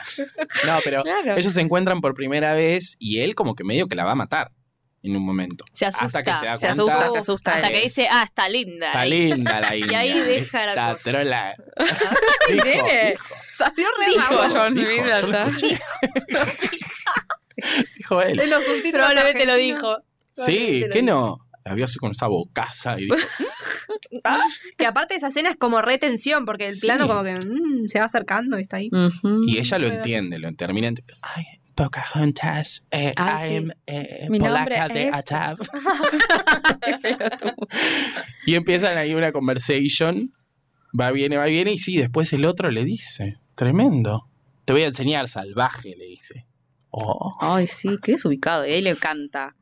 [SPEAKER 1] No, pero
[SPEAKER 2] Claro.
[SPEAKER 1] ellos se encuentran por primera vez y él como que medio que la va a matar en un momento.
[SPEAKER 5] Se asusta.
[SPEAKER 1] Hasta que se da
[SPEAKER 2] Se
[SPEAKER 1] cuenta.
[SPEAKER 2] asusta, se asusta.
[SPEAKER 5] Hasta
[SPEAKER 2] él.
[SPEAKER 5] que dice, ah, está linda.
[SPEAKER 1] Está linda
[SPEAKER 5] [LAUGHS]
[SPEAKER 1] la India.
[SPEAKER 5] ahí deja la
[SPEAKER 1] Está
[SPEAKER 5] cosa.
[SPEAKER 1] trola.
[SPEAKER 5] [LAUGHS]
[SPEAKER 1] Dijo,
[SPEAKER 2] nene.
[SPEAKER 1] dijo,
[SPEAKER 3] Salió re
[SPEAKER 2] Dijo
[SPEAKER 3] mago.
[SPEAKER 2] John
[SPEAKER 1] dijo, yo
[SPEAKER 2] Smith,
[SPEAKER 1] lo
[SPEAKER 2] hasta-
[SPEAKER 5] [LAUGHS]
[SPEAKER 1] escuché. [LAUGHS] Dijo él.
[SPEAKER 3] En los subtítulos
[SPEAKER 5] Probablemente lo
[SPEAKER 3] argentinos.
[SPEAKER 5] dijo.
[SPEAKER 1] Sí, ¿qué no? La vio así con esa bocaza y dijo,
[SPEAKER 3] Y aparte esa escena es como retención, porque el
[SPEAKER 1] Sí.
[SPEAKER 3] plano como que mm, se va acercando y está ahí.
[SPEAKER 2] Ujú.
[SPEAKER 1] Y ella lo
[SPEAKER 3] Muy
[SPEAKER 1] entiende, lo termina. ent- Ay, Pocahontas, eh,
[SPEAKER 2] Ah, sí.
[SPEAKER 1] I am eh,
[SPEAKER 2] Mi
[SPEAKER 1] polaca
[SPEAKER 2] nombre
[SPEAKER 1] de
[SPEAKER 2] es-
[SPEAKER 1] Atab.
[SPEAKER 2] [LAUGHS] Qué pelotudo.
[SPEAKER 1] Y empiezan ahí una conversation. Va, viene, va, viene. Y sí, después el otro le dice: Tremendo. Te voy a enseñar, salvaje, le dice. Oh,
[SPEAKER 2] Ay, sí, qué desubicado. Y ahí le canta.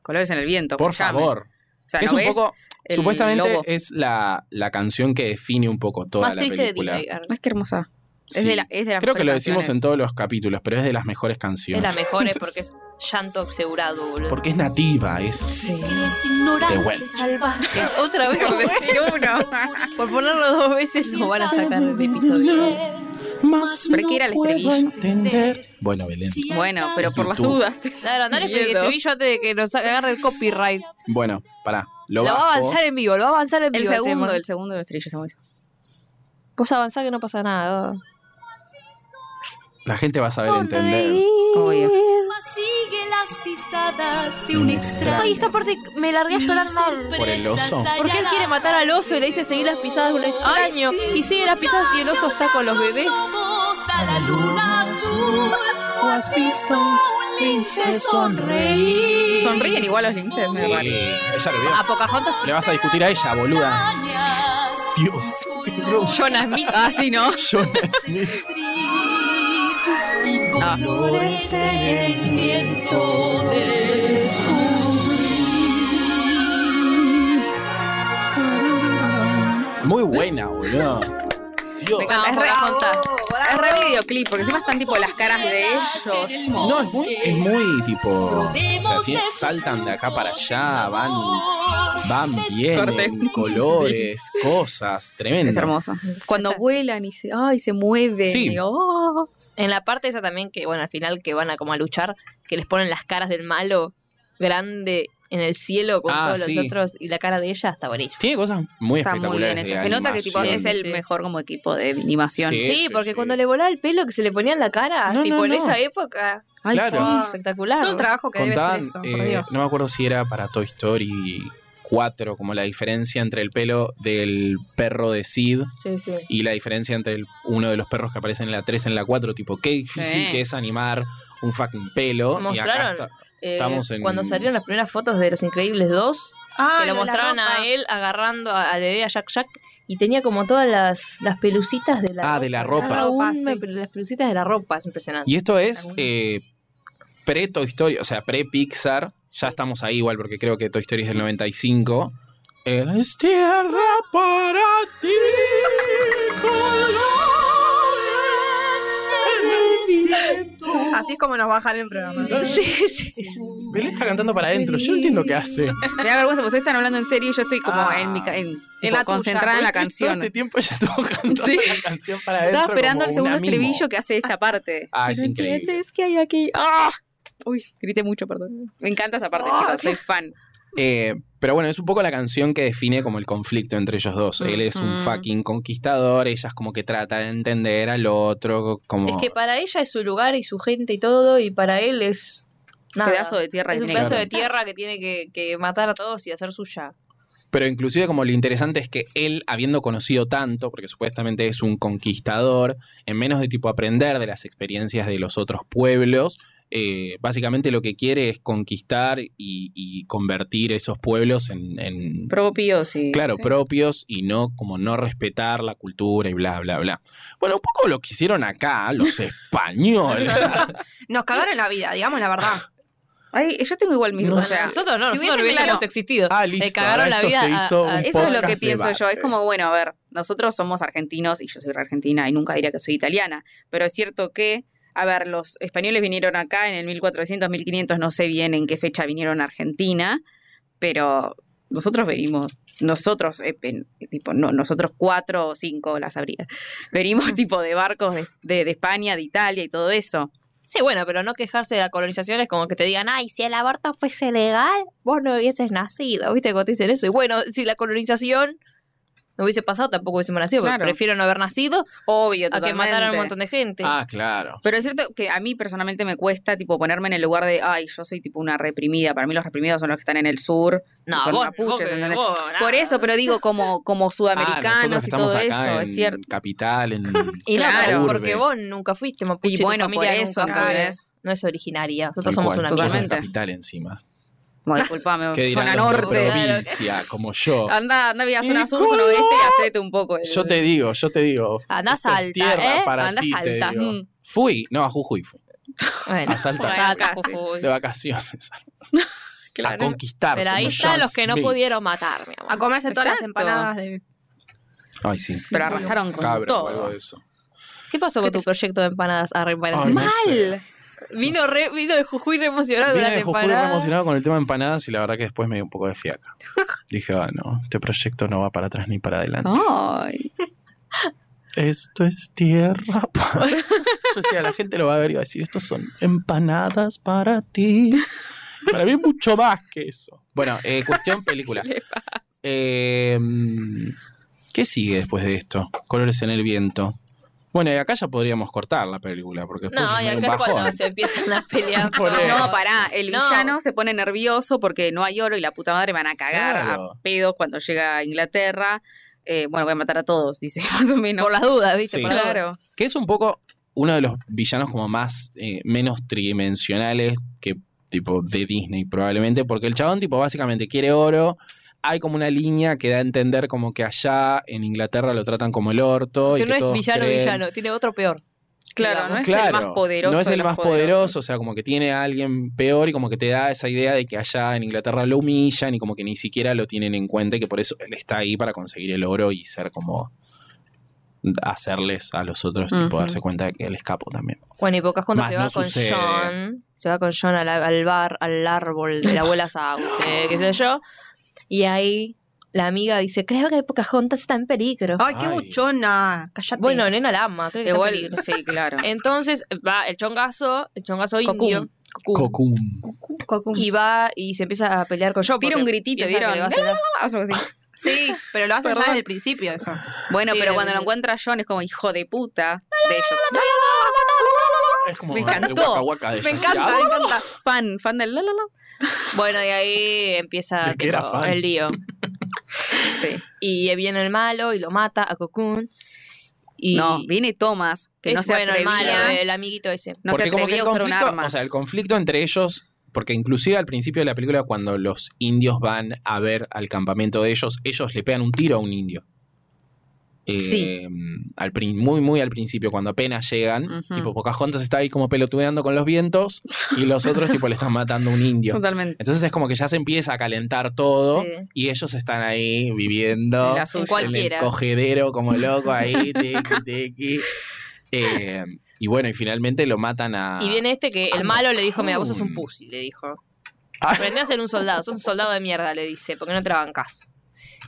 [SPEAKER 2] Colores en el viento.
[SPEAKER 1] por
[SPEAKER 2] escuchame.
[SPEAKER 1] favor.
[SPEAKER 2] O sea,
[SPEAKER 1] Que es
[SPEAKER 2] ¿no
[SPEAKER 1] un
[SPEAKER 2] ves
[SPEAKER 1] poco.
[SPEAKER 2] el
[SPEAKER 1] Supuestamente eh,
[SPEAKER 2] lobo?
[SPEAKER 1] es la, la canción que define un poco toda
[SPEAKER 5] Más
[SPEAKER 1] la
[SPEAKER 5] triste de
[SPEAKER 1] película.
[SPEAKER 5] Disney, Gar.
[SPEAKER 2] Ay, qué hermosa. Es
[SPEAKER 1] Sí.
[SPEAKER 2] de la, es de las
[SPEAKER 1] Creo que lo
[SPEAKER 2] mejores
[SPEAKER 1] decimos en
[SPEAKER 2] canciones.
[SPEAKER 1] todos los capítulos, pero es de las mejores
[SPEAKER 5] Es
[SPEAKER 1] canciones.
[SPEAKER 5] la mejor, es porque es llanto asegurado, boludo.
[SPEAKER 1] Porque es nativa, es.
[SPEAKER 4] Eres
[SPEAKER 1] De
[SPEAKER 4] ignorante,
[SPEAKER 1] vuelta.
[SPEAKER 4] salvaje.
[SPEAKER 5] Otra vez por decir uno. Pues Por ponerlo dos veces lo van a sacar del episodio.
[SPEAKER 1] Más
[SPEAKER 2] Pero hay que ir al
[SPEAKER 1] no puedo
[SPEAKER 2] estribillo.
[SPEAKER 1] entender. Bueno, Belén.
[SPEAKER 2] Bueno, pero por las
[SPEAKER 1] YouTube.
[SPEAKER 2] dudas.
[SPEAKER 5] Claro, andale el
[SPEAKER 2] Miedo.
[SPEAKER 5] estribillo antes de que nos agarre el copyright.
[SPEAKER 1] Bueno, pará. Lo,
[SPEAKER 5] Lo, va a
[SPEAKER 1] bajo.
[SPEAKER 5] avanzar en vivo, lo va a avanzar en
[SPEAKER 2] El
[SPEAKER 5] vivo.
[SPEAKER 2] segundo,
[SPEAKER 5] tema.
[SPEAKER 2] el segundo de los trillos, Samuel.
[SPEAKER 5] Vos avanzá que no pasa nada.
[SPEAKER 1] La gente va a saber entender.
[SPEAKER 5] Sonreír.
[SPEAKER 2] Obvio.
[SPEAKER 4] Sigue las pisadas de un extraño.
[SPEAKER 5] Ay, esta parte me largué a llorar mal.
[SPEAKER 1] Por el oso.
[SPEAKER 5] Porque él quiere matar al oso y le dice seguir las pisadas de un extraño. Y sigue las pisadas y el oso está con los bebés.
[SPEAKER 4] A la luna azul, o has visto un lince sonreír.
[SPEAKER 2] Sonríen igual los linces,
[SPEAKER 1] Sí,
[SPEAKER 2] me parece.
[SPEAKER 1] ella lo vio.
[SPEAKER 5] A Pocahontas.
[SPEAKER 1] Le vas a discutir a ella, boluda.
[SPEAKER 4] Montañas,
[SPEAKER 1] Dios.
[SPEAKER 5] Jonas Smith.
[SPEAKER 2] Ah, sí, ¿no?
[SPEAKER 1] Jonas Smith.
[SPEAKER 4] sufrir, y
[SPEAKER 2] Ah.
[SPEAKER 4] colores en el viento descubrir.
[SPEAKER 1] Muy buena, boludo. Dios.
[SPEAKER 2] Me encanta, es re
[SPEAKER 5] Bravo,
[SPEAKER 2] contar.
[SPEAKER 3] bravo.
[SPEAKER 2] Es re videoclip, porque encima están tipo las caras de ellos.
[SPEAKER 1] No, es muy, es muy tipo. O sea, tiene- saltan de acá para allá, van, van, vienen,
[SPEAKER 2] Corte.
[SPEAKER 1] colores, cosas, tremendo.
[SPEAKER 2] Es hermoso. Cuando
[SPEAKER 5] Está.
[SPEAKER 2] vuelan y se, ay, se mueven.
[SPEAKER 1] Sí.
[SPEAKER 2] digo, oh.
[SPEAKER 5] En la parte esa también que, bueno, al final que van a como a luchar, que les ponen las caras del malo grande en el cielo con
[SPEAKER 1] Ah,
[SPEAKER 5] todos
[SPEAKER 1] sí.
[SPEAKER 5] los otros y la cara de ella está buenísima.
[SPEAKER 1] Tiene cosas muy
[SPEAKER 2] Está muy
[SPEAKER 1] espectaculares.
[SPEAKER 2] bien
[SPEAKER 1] de
[SPEAKER 2] hecho. Se nota que tipo es
[SPEAKER 1] animación.
[SPEAKER 2] el
[SPEAKER 5] Sí.
[SPEAKER 2] mejor como equipo de animación.
[SPEAKER 1] Sí,
[SPEAKER 5] Sí,
[SPEAKER 1] sí,
[SPEAKER 5] porque
[SPEAKER 1] sí.
[SPEAKER 5] cuando le volaba el pelo que se le ponía en la cara,
[SPEAKER 1] No,
[SPEAKER 5] tipo
[SPEAKER 1] no,
[SPEAKER 5] en
[SPEAKER 1] no.
[SPEAKER 5] esa época,
[SPEAKER 2] Ay,
[SPEAKER 1] Claro.
[SPEAKER 2] sí.
[SPEAKER 5] espectacular.
[SPEAKER 3] Todo el trabajo que
[SPEAKER 1] Contaban,
[SPEAKER 3] debe ser eso,
[SPEAKER 1] eh,
[SPEAKER 3] por Dios.
[SPEAKER 1] no me acuerdo si era para Toy Story 4, como la diferencia entre el pelo del perro de Sid
[SPEAKER 5] Sí, sí.
[SPEAKER 1] y la diferencia entre el- uno de los perros que aparecen en la 3 en la 4, tipo, qué difícil
[SPEAKER 2] Sí.
[SPEAKER 1] que es animar un fucking pelo. Y acá
[SPEAKER 5] Mostraron.
[SPEAKER 1] está-
[SPEAKER 5] Eh,
[SPEAKER 1] Estamos en-
[SPEAKER 5] Cuando salieron las primeras fotos de Los Increíbles 2,
[SPEAKER 3] Ah,
[SPEAKER 5] que lo
[SPEAKER 3] lo de la
[SPEAKER 5] mostraron
[SPEAKER 3] ropa.
[SPEAKER 5] a él agarrando a- al bebé, a Jack Jack, y tenía como todas las, las pelucitas de la
[SPEAKER 1] Ah, de la ropa.
[SPEAKER 5] Aún
[SPEAKER 3] Ropa, sí.
[SPEAKER 5] me- Las pelucitas de la ropa, es impresionante.
[SPEAKER 1] Y esto es
[SPEAKER 5] Alguna.
[SPEAKER 1] eh, pre-Toy Story, o sea, pre-Pixar. Ya estamos ahí igual, porque creo que Toy Story es del 95. Él es tierra para ti, colores en el
[SPEAKER 4] Uh.
[SPEAKER 3] Así es como nos bajan el programa.
[SPEAKER 5] Sí, sí.
[SPEAKER 1] Belén está cantando para adentro, yo no entiendo qué hace.
[SPEAKER 2] Me da vergüenza porque ustedes están hablando en serio y yo estoy como
[SPEAKER 1] Ah.
[SPEAKER 2] en mi ca- en,
[SPEAKER 3] En
[SPEAKER 2] tipo,
[SPEAKER 3] la tuya.
[SPEAKER 2] concentrada en la
[SPEAKER 1] Todo
[SPEAKER 2] canción. [LAUGHS]
[SPEAKER 1] este tiempo ella estuvo [LAUGHS] cantando
[SPEAKER 2] Sí.
[SPEAKER 1] la canción para adentro.
[SPEAKER 2] Estaba esperando
[SPEAKER 1] como
[SPEAKER 2] el segundo
[SPEAKER 1] una mimo.
[SPEAKER 2] estribillo que hace esta parte.
[SPEAKER 1] Ah,
[SPEAKER 2] Si
[SPEAKER 1] es
[SPEAKER 2] no
[SPEAKER 1] increíble.
[SPEAKER 2] entiendes qué hay aquí. ¡Ah! Uy, grité mucho, perdón. Me encanta esa parte,
[SPEAKER 5] Ah,
[SPEAKER 2] chicos. Soy fan.
[SPEAKER 1] Eh, pero bueno, es un poco la canción que define como el conflicto entre ellos dos. Él es un
[SPEAKER 2] Ujú.
[SPEAKER 1] fucking conquistador, ella es como que trata de entender al otro, como...
[SPEAKER 5] Es que para ella es su lugar y su gente y todo, y para él es. Nada.
[SPEAKER 2] Pedazo de tierra.
[SPEAKER 5] es
[SPEAKER 2] que
[SPEAKER 5] un
[SPEAKER 2] tiene que
[SPEAKER 5] pedazo de
[SPEAKER 2] hacer.
[SPEAKER 5] tierra que tiene que, que matar a todos y hacer suya.
[SPEAKER 1] Pero inclusive como lo interesante es que él, habiendo conocido tanto, porque supuestamente es un conquistador, en menos de tipo aprender de las experiencias de los otros pueblos, eh, básicamente lo que quiere es conquistar y, y convertir esos pueblos en... en-
[SPEAKER 2] Propio, sí.
[SPEAKER 1] Claro,
[SPEAKER 2] Sí.
[SPEAKER 1] propios y no como no respetar la cultura y bla, bla, bla. Bueno, un poco lo que hicieron acá
[SPEAKER 5] [LAUGHS]
[SPEAKER 1] los españoles.
[SPEAKER 3] Nos cagaron la vida, digamos la verdad.
[SPEAKER 2] Ay, yo tengo igual mis.
[SPEAKER 1] No
[SPEAKER 2] o
[SPEAKER 1] sé.
[SPEAKER 2] sea,
[SPEAKER 5] Nosotros no,
[SPEAKER 2] si
[SPEAKER 5] nosotros no
[SPEAKER 2] hubiesen-
[SPEAKER 5] hubiésemos
[SPEAKER 2] claro,
[SPEAKER 5] existido.
[SPEAKER 1] ah,
[SPEAKER 5] Le
[SPEAKER 1] listo,
[SPEAKER 5] cagaron
[SPEAKER 1] ahora
[SPEAKER 5] la
[SPEAKER 1] esto
[SPEAKER 5] vida
[SPEAKER 1] se
[SPEAKER 5] a-
[SPEAKER 1] hizo
[SPEAKER 5] a-
[SPEAKER 1] un
[SPEAKER 2] Eso es lo que
[SPEAKER 1] podcast
[SPEAKER 2] pienso yo. Es
[SPEAKER 1] debate.
[SPEAKER 2] como, bueno, a ver, nosotros somos argentinos y yo soy re argentina y nunca diría que soy italiana, pero es cierto que, a ver, los españoles vinieron acá en el 1400, 1500, no sé bien en qué fecha vinieron a Argentina, pero nosotros venimos, nosotros, eh, pen- tipo, no, nosotros cuatro o cinco las habría,
[SPEAKER 5] Mm.
[SPEAKER 2] venimos tipo de barcos de, de- de España, de Italia y todo eso.
[SPEAKER 5] Sí, bueno, pero no quejarse de la colonización es como que te digan, ay, si el aborto fuese legal, vos no hubieses nacido, ¿viste? Cuando te dicen eso. Y bueno, si la colonización no hubiese pasado, tampoco hubiésemos nacido. porque
[SPEAKER 2] Claro.
[SPEAKER 5] Prefiero no haber nacido
[SPEAKER 2] Obvio,
[SPEAKER 5] a que
[SPEAKER 2] totalmente.
[SPEAKER 5] mataran a un montón de gente.
[SPEAKER 1] Ah, claro.
[SPEAKER 2] Pero es cierto que a mí personalmente me cuesta, tipo, ponerme en el lugar de, ay, yo soy tipo una reprimida. Para mí los reprimidos son los que están en el sur.
[SPEAKER 5] no,
[SPEAKER 2] son
[SPEAKER 5] vos,
[SPEAKER 2] mapuches,
[SPEAKER 5] vos que-
[SPEAKER 2] ¿entendés?
[SPEAKER 5] vos,
[SPEAKER 2] Por
[SPEAKER 5] nada.
[SPEAKER 2] eso, pero digo, como, como
[SPEAKER 1] Ah,
[SPEAKER 2] sudamericanos
[SPEAKER 1] nosotros
[SPEAKER 2] y todo
[SPEAKER 1] estamos
[SPEAKER 2] eso,
[SPEAKER 1] acá en
[SPEAKER 2] es cierto.
[SPEAKER 1] Capital,
[SPEAKER 5] [LAUGHS]
[SPEAKER 1] en.
[SPEAKER 5] Y no,
[SPEAKER 2] Claro.
[SPEAKER 5] pero
[SPEAKER 1] Urbe.
[SPEAKER 5] porque vos nunca fuiste mapuche.
[SPEAKER 2] Y
[SPEAKER 5] tu
[SPEAKER 2] bueno, por
[SPEAKER 5] familia
[SPEAKER 2] eso,
[SPEAKER 5] nunca fue.
[SPEAKER 2] ¿entendés?
[SPEAKER 5] No es originaria. Nosotros
[SPEAKER 1] Tal
[SPEAKER 5] somos
[SPEAKER 1] cual,
[SPEAKER 5] una
[SPEAKER 1] todos
[SPEAKER 5] mierda.
[SPEAKER 1] somos
[SPEAKER 2] Totalmente.
[SPEAKER 1] capital encima.
[SPEAKER 2] Bueno, disculpame,
[SPEAKER 1] ¿Qué dirán
[SPEAKER 2] zona
[SPEAKER 1] los de
[SPEAKER 2] norte.
[SPEAKER 1] provincia, como
[SPEAKER 5] [LAUGHS]
[SPEAKER 1] yo?
[SPEAKER 2] Anda, anda vía zona
[SPEAKER 1] ¿Y
[SPEAKER 2] sur, zona
[SPEAKER 1] cómo?
[SPEAKER 2] oeste y hacete un poco. El...
[SPEAKER 1] Yo te digo, yo te digo.
[SPEAKER 5] Andás
[SPEAKER 1] esto es
[SPEAKER 5] alta,
[SPEAKER 1] tierra
[SPEAKER 5] ¿eh?
[SPEAKER 1] para
[SPEAKER 5] Andás
[SPEAKER 1] ti, te
[SPEAKER 5] alta.
[SPEAKER 1] digo.
[SPEAKER 2] Mm.
[SPEAKER 1] Fui, no, a Jujuy fui.
[SPEAKER 5] Bueno,
[SPEAKER 1] A Salta.
[SPEAKER 5] bueno,
[SPEAKER 2] Acá,
[SPEAKER 5] acá,
[SPEAKER 2] sí.
[SPEAKER 5] Jujuy.
[SPEAKER 1] De vacaciones. A
[SPEAKER 2] Claro.
[SPEAKER 1] conquistar.
[SPEAKER 5] Pero ahí
[SPEAKER 1] como
[SPEAKER 5] están
[SPEAKER 1] John
[SPEAKER 5] los que no
[SPEAKER 1] Smith.
[SPEAKER 5] pudieron matar, mi
[SPEAKER 3] A
[SPEAKER 5] amor.
[SPEAKER 3] comerse todas las
[SPEAKER 2] Exacto.
[SPEAKER 3] empanadas de.
[SPEAKER 1] Ay, sí.
[SPEAKER 2] Pero arrasaron con
[SPEAKER 1] Cabra o
[SPEAKER 2] todo.
[SPEAKER 1] algo de eso.
[SPEAKER 5] ¿Qué pasó
[SPEAKER 2] Qué
[SPEAKER 5] con tu proyecto de empanadas? Ah, re empanadas.
[SPEAKER 1] Ay, no
[SPEAKER 5] Mal.
[SPEAKER 1] sé.
[SPEAKER 5] [LAUGHS] Vino, re, vino de Jujuy re emocionado con
[SPEAKER 1] Vine
[SPEAKER 5] las
[SPEAKER 1] de Jujuy re
[SPEAKER 5] empanadas.
[SPEAKER 1] emocionado con el tema de empanadas y la verdad que después me dio un poco de
[SPEAKER 5] [LAUGHS]
[SPEAKER 1] fiaca. Dije, ah, no, este proyecto no va para atrás ni para adelante.
[SPEAKER 2] Ay,
[SPEAKER 1] Esto es tierra. [LAUGHS] pa- Yo decía, la gente lo va a ver y va a decir, estos son empanadas para ti. Para mí es mucho más que eso. Bueno, eh, cuestión película.
[SPEAKER 5] [LAUGHS]
[SPEAKER 1] Eh, mm, ¿Qué sigue después de esto? Colores en el viento. Bueno, y acá ya podríamos cortar la película, porque después
[SPEAKER 5] No,
[SPEAKER 1] es
[SPEAKER 5] y
[SPEAKER 1] medio un
[SPEAKER 5] acá es cuando
[SPEAKER 1] bajón.
[SPEAKER 5] se empiezan a pelear.
[SPEAKER 1] pues, [LAUGHS] Por
[SPEAKER 5] todos.
[SPEAKER 1] eso.
[SPEAKER 2] no, pará, el
[SPEAKER 5] No.
[SPEAKER 2] villano se pone nervioso porque no hay oro y la puta madre van a cagar
[SPEAKER 1] Claro.
[SPEAKER 2] a pedos cuando llega a Inglaterra. Eh, bueno, voy a matar a todos, dice [LAUGHS] más o menos.
[SPEAKER 5] Por las dudas, ¿viste?
[SPEAKER 1] Sí.
[SPEAKER 5] Por las dudas.
[SPEAKER 2] Claro.
[SPEAKER 1] Que es un poco uno de los villanos como más, eh, menos tridimensionales que tipo de Disney probablemente, porque el chabón tipo básicamente quiere oro. Hay como una línea que da a entender como que allá en Inglaterra lo tratan como el orto. y
[SPEAKER 5] Que
[SPEAKER 1] que
[SPEAKER 5] no es
[SPEAKER 1] todos
[SPEAKER 5] villano,
[SPEAKER 1] creen-
[SPEAKER 5] villano. Tiene otro peor.
[SPEAKER 2] Claro, no
[SPEAKER 5] Digamos.
[SPEAKER 2] es el
[SPEAKER 1] Claro,
[SPEAKER 2] más poderoso.
[SPEAKER 1] No es
[SPEAKER 2] de
[SPEAKER 1] el
[SPEAKER 2] los
[SPEAKER 1] más
[SPEAKER 2] poderosos.
[SPEAKER 1] poderoso, o sea, como que tiene a alguien peor y como que te da esa idea de que allá en Inglaterra lo humillan y como que ni siquiera lo tienen en cuenta y que por eso él está ahí para conseguir el oro y ser como hacerles a los otros, tipo,
[SPEAKER 2] Ujú.
[SPEAKER 1] darse cuenta de que él escapó también.
[SPEAKER 5] Bueno, y Pocahontas
[SPEAKER 1] Más
[SPEAKER 5] se
[SPEAKER 1] no
[SPEAKER 5] va con
[SPEAKER 1] sucede.
[SPEAKER 5] John. Se va con John al, al bar, al árbol de la
[SPEAKER 1] [LAUGHS]
[SPEAKER 5] abuela Sauce, qué sé yo. Y ahí la amiga dice, creo que Pocahontas está en peligro.
[SPEAKER 3] Ay, qué
[SPEAKER 1] Ay.
[SPEAKER 3] buchona. Cállate.
[SPEAKER 5] Bueno, nena la ama, creo que está en
[SPEAKER 2] Igual, [LAUGHS]
[SPEAKER 5] peligro.
[SPEAKER 2] sí, claro.
[SPEAKER 5] Entonces va el chongazo, el chongazo
[SPEAKER 2] Cocum.
[SPEAKER 5] indio.
[SPEAKER 2] Uh.
[SPEAKER 5] Cocum.
[SPEAKER 1] Cocum.
[SPEAKER 3] Cocum.
[SPEAKER 5] Y va y se empieza a pelear con John.
[SPEAKER 2] Tira
[SPEAKER 5] porque
[SPEAKER 2] un gritito,
[SPEAKER 5] piensa
[SPEAKER 2] ¿vieron?
[SPEAKER 5] que le va a hacer algo.
[SPEAKER 2] Algo así.
[SPEAKER 3] Sí, pero lo hacen
[SPEAKER 2] Perdón.
[SPEAKER 3] ya desde el principio eso.
[SPEAKER 2] Bueno,
[SPEAKER 5] Sí,
[SPEAKER 2] pero
[SPEAKER 5] de-
[SPEAKER 2] cuando lo encuentra John es como hijo de puta de ellos.
[SPEAKER 1] Es como
[SPEAKER 2] Me
[SPEAKER 1] el
[SPEAKER 2] encantó.
[SPEAKER 1] guaca guaca de
[SPEAKER 3] Me
[SPEAKER 1] Shakira.
[SPEAKER 3] encanta, me encanta.
[SPEAKER 2] Fan, fan del la la la.
[SPEAKER 5] Bueno, y ahí empieza
[SPEAKER 1] Es que era
[SPEAKER 5] tipo,
[SPEAKER 1] fan.
[SPEAKER 5] el lío.
[SPEAKER 2] Sí.
[SPEAKER 5] Y viene el malo y lo mata a Cocoon. Y
[SPEAKER 2] No, viene Thomas, que no
[SPEAKER 5] es
[SPEAKER 2] se
[SPEAKER 5] bueno, el malo,
[SPEAKER 2] atrevía,
[SPEAKER 5] el amiguito ese.
[SPEAKER 2] no se
[SPEAKER 1] Porque como que
[SPEAKER 2] atrevía a
[SPEAKER 1] el
[SPEAKER 2] usar un
[SPEAKER 1] conflicto-
[SPEAKER 2] arma.
[SPEAKER 1] O sea, el conflicto entre ellos, porque inclusive al principio de la película, cuando los indios van a ver al campamento de ellos, ellos le pegan un tiro a un indio. Eh,
[SPEAKER 2] Sí.
[SPEAKER 1] al prin- muy, muy al principio, cuando apenas llegan,
[SPEAKER 2] Ujú.
[SPEAKER 1] tipo Pocahontas está ahí como pelotudeando con los vientos y
[SPEAKER 2] [LAUGHS]
[SPEAKER 1] los otros tipo le están matando a un indio.
[SPEAKER 2] Totalmente.
[SPEAKER 1] Entonces es como que ya se empieza a calentar todo
[SPEAKER 5] Sí.
[SPEAKER 1] y ellos están ahí viviendo
[SPEAKER 2] La suya.
[SPEAKER 5] En cual-
[SPEAKER 1] en el
[SPEAKER 5] Cualquiera.
[SPEAKER 1] cogedero como loco ahí, [LAUGHS] tequi, tequi. Eh, y bueno, y finalmente lo matan a.
[SPEAKER 5] Y viene este que
[SPEAKER 1] Ah,
[SPEAKER 5] el malo le dijo, mira, vos sos un
[SPEAKER 1] Cocoon.
[SPEAKER 5] pussy, le dijo.
[SPEAKER 1] Ah.
[SPEAKER 5] Aprendí a ser un soldado, sos un soldado de mierda, le dice, porque no te la bancás.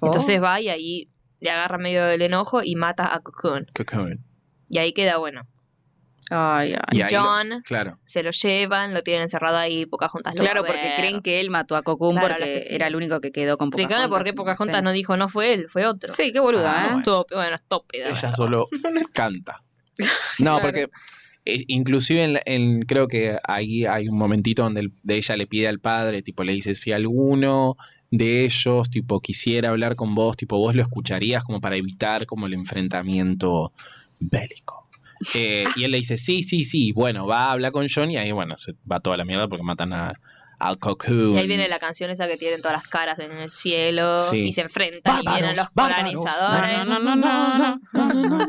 [SPEAKER 1] Oh.
[SPEAKER 5] Entonces va y ahí le agarra medio del enojo y mata a Cocoon.
[SPEAKER 1] Cocoon.
[SPEAKER 5] Y ahí queda bueno.
[SPEAKER 2] Ay, ay.
[SPEAKER 1] Y ahí lo-
[SPEAKER 5] John.
[SPEAKER 1] claro.
[SPEAKER 5] Se lo llevan, lo tienen encerrado ahí, Pocahontas lo va
[SPEAKER 2] Claro,
[SPEAKER 5] a
[SPEAKER 2] porque
[SPEAKER 5] ver.
[SPEAKER 2] creen que él mató a Cocum
[SPEAKER 5] Claro, lo
[SPEAKER 2] porque
[SPEAKER 5] asesino.
[SPEAKER 2] era el único que quedó con Pocahontas.
[SPEAKER 5] Explicame por qué Pocahontas no dijo no fue él, fue otro.
[SPEAKER 2] Sí, qué boluda,
[SPEAKER 1] Ah,
[SPEAKER 2] ¿eh?
[SPEAKER 1] bueno.
[SPEAKER 5] Estúpido, bueno, estúpida.
[SPEAKER 1] Ella
[SPEAKER 5] [LAUGHS]
[SPEAKER 1] solo canta. No,
[SPEAKER 2] Claro.
[SPEAKER 1] porque eh, inclusive en, la- en- creo que ahí hay un momentito donde el- de ella le pide al padre, tipo, le dice, si alguno de ellos, tipo, quisiera hablar con vos, tipo, vos lo escucharías como para evitar como el enfrentamiento bélico. Eh, y él le dice, sí, sí, sí, bueno, va a hablar con John y ahí, bueno, se va toda la mierda porque matan a, al cocoon.
[SPEAKER 5] Y ahí viene la canción esa que tienen todas las caras en el cielo
[SPEAKER 1] Sí.
[SPEAKER 5] y se enfrentan y vienen los
[SPEAKER 1] Bárbaros,
[SPEAKER 5] colonizadores.
[SPEAKER 2] No, no, no, no, no.
[SPEAKER 5] Vienen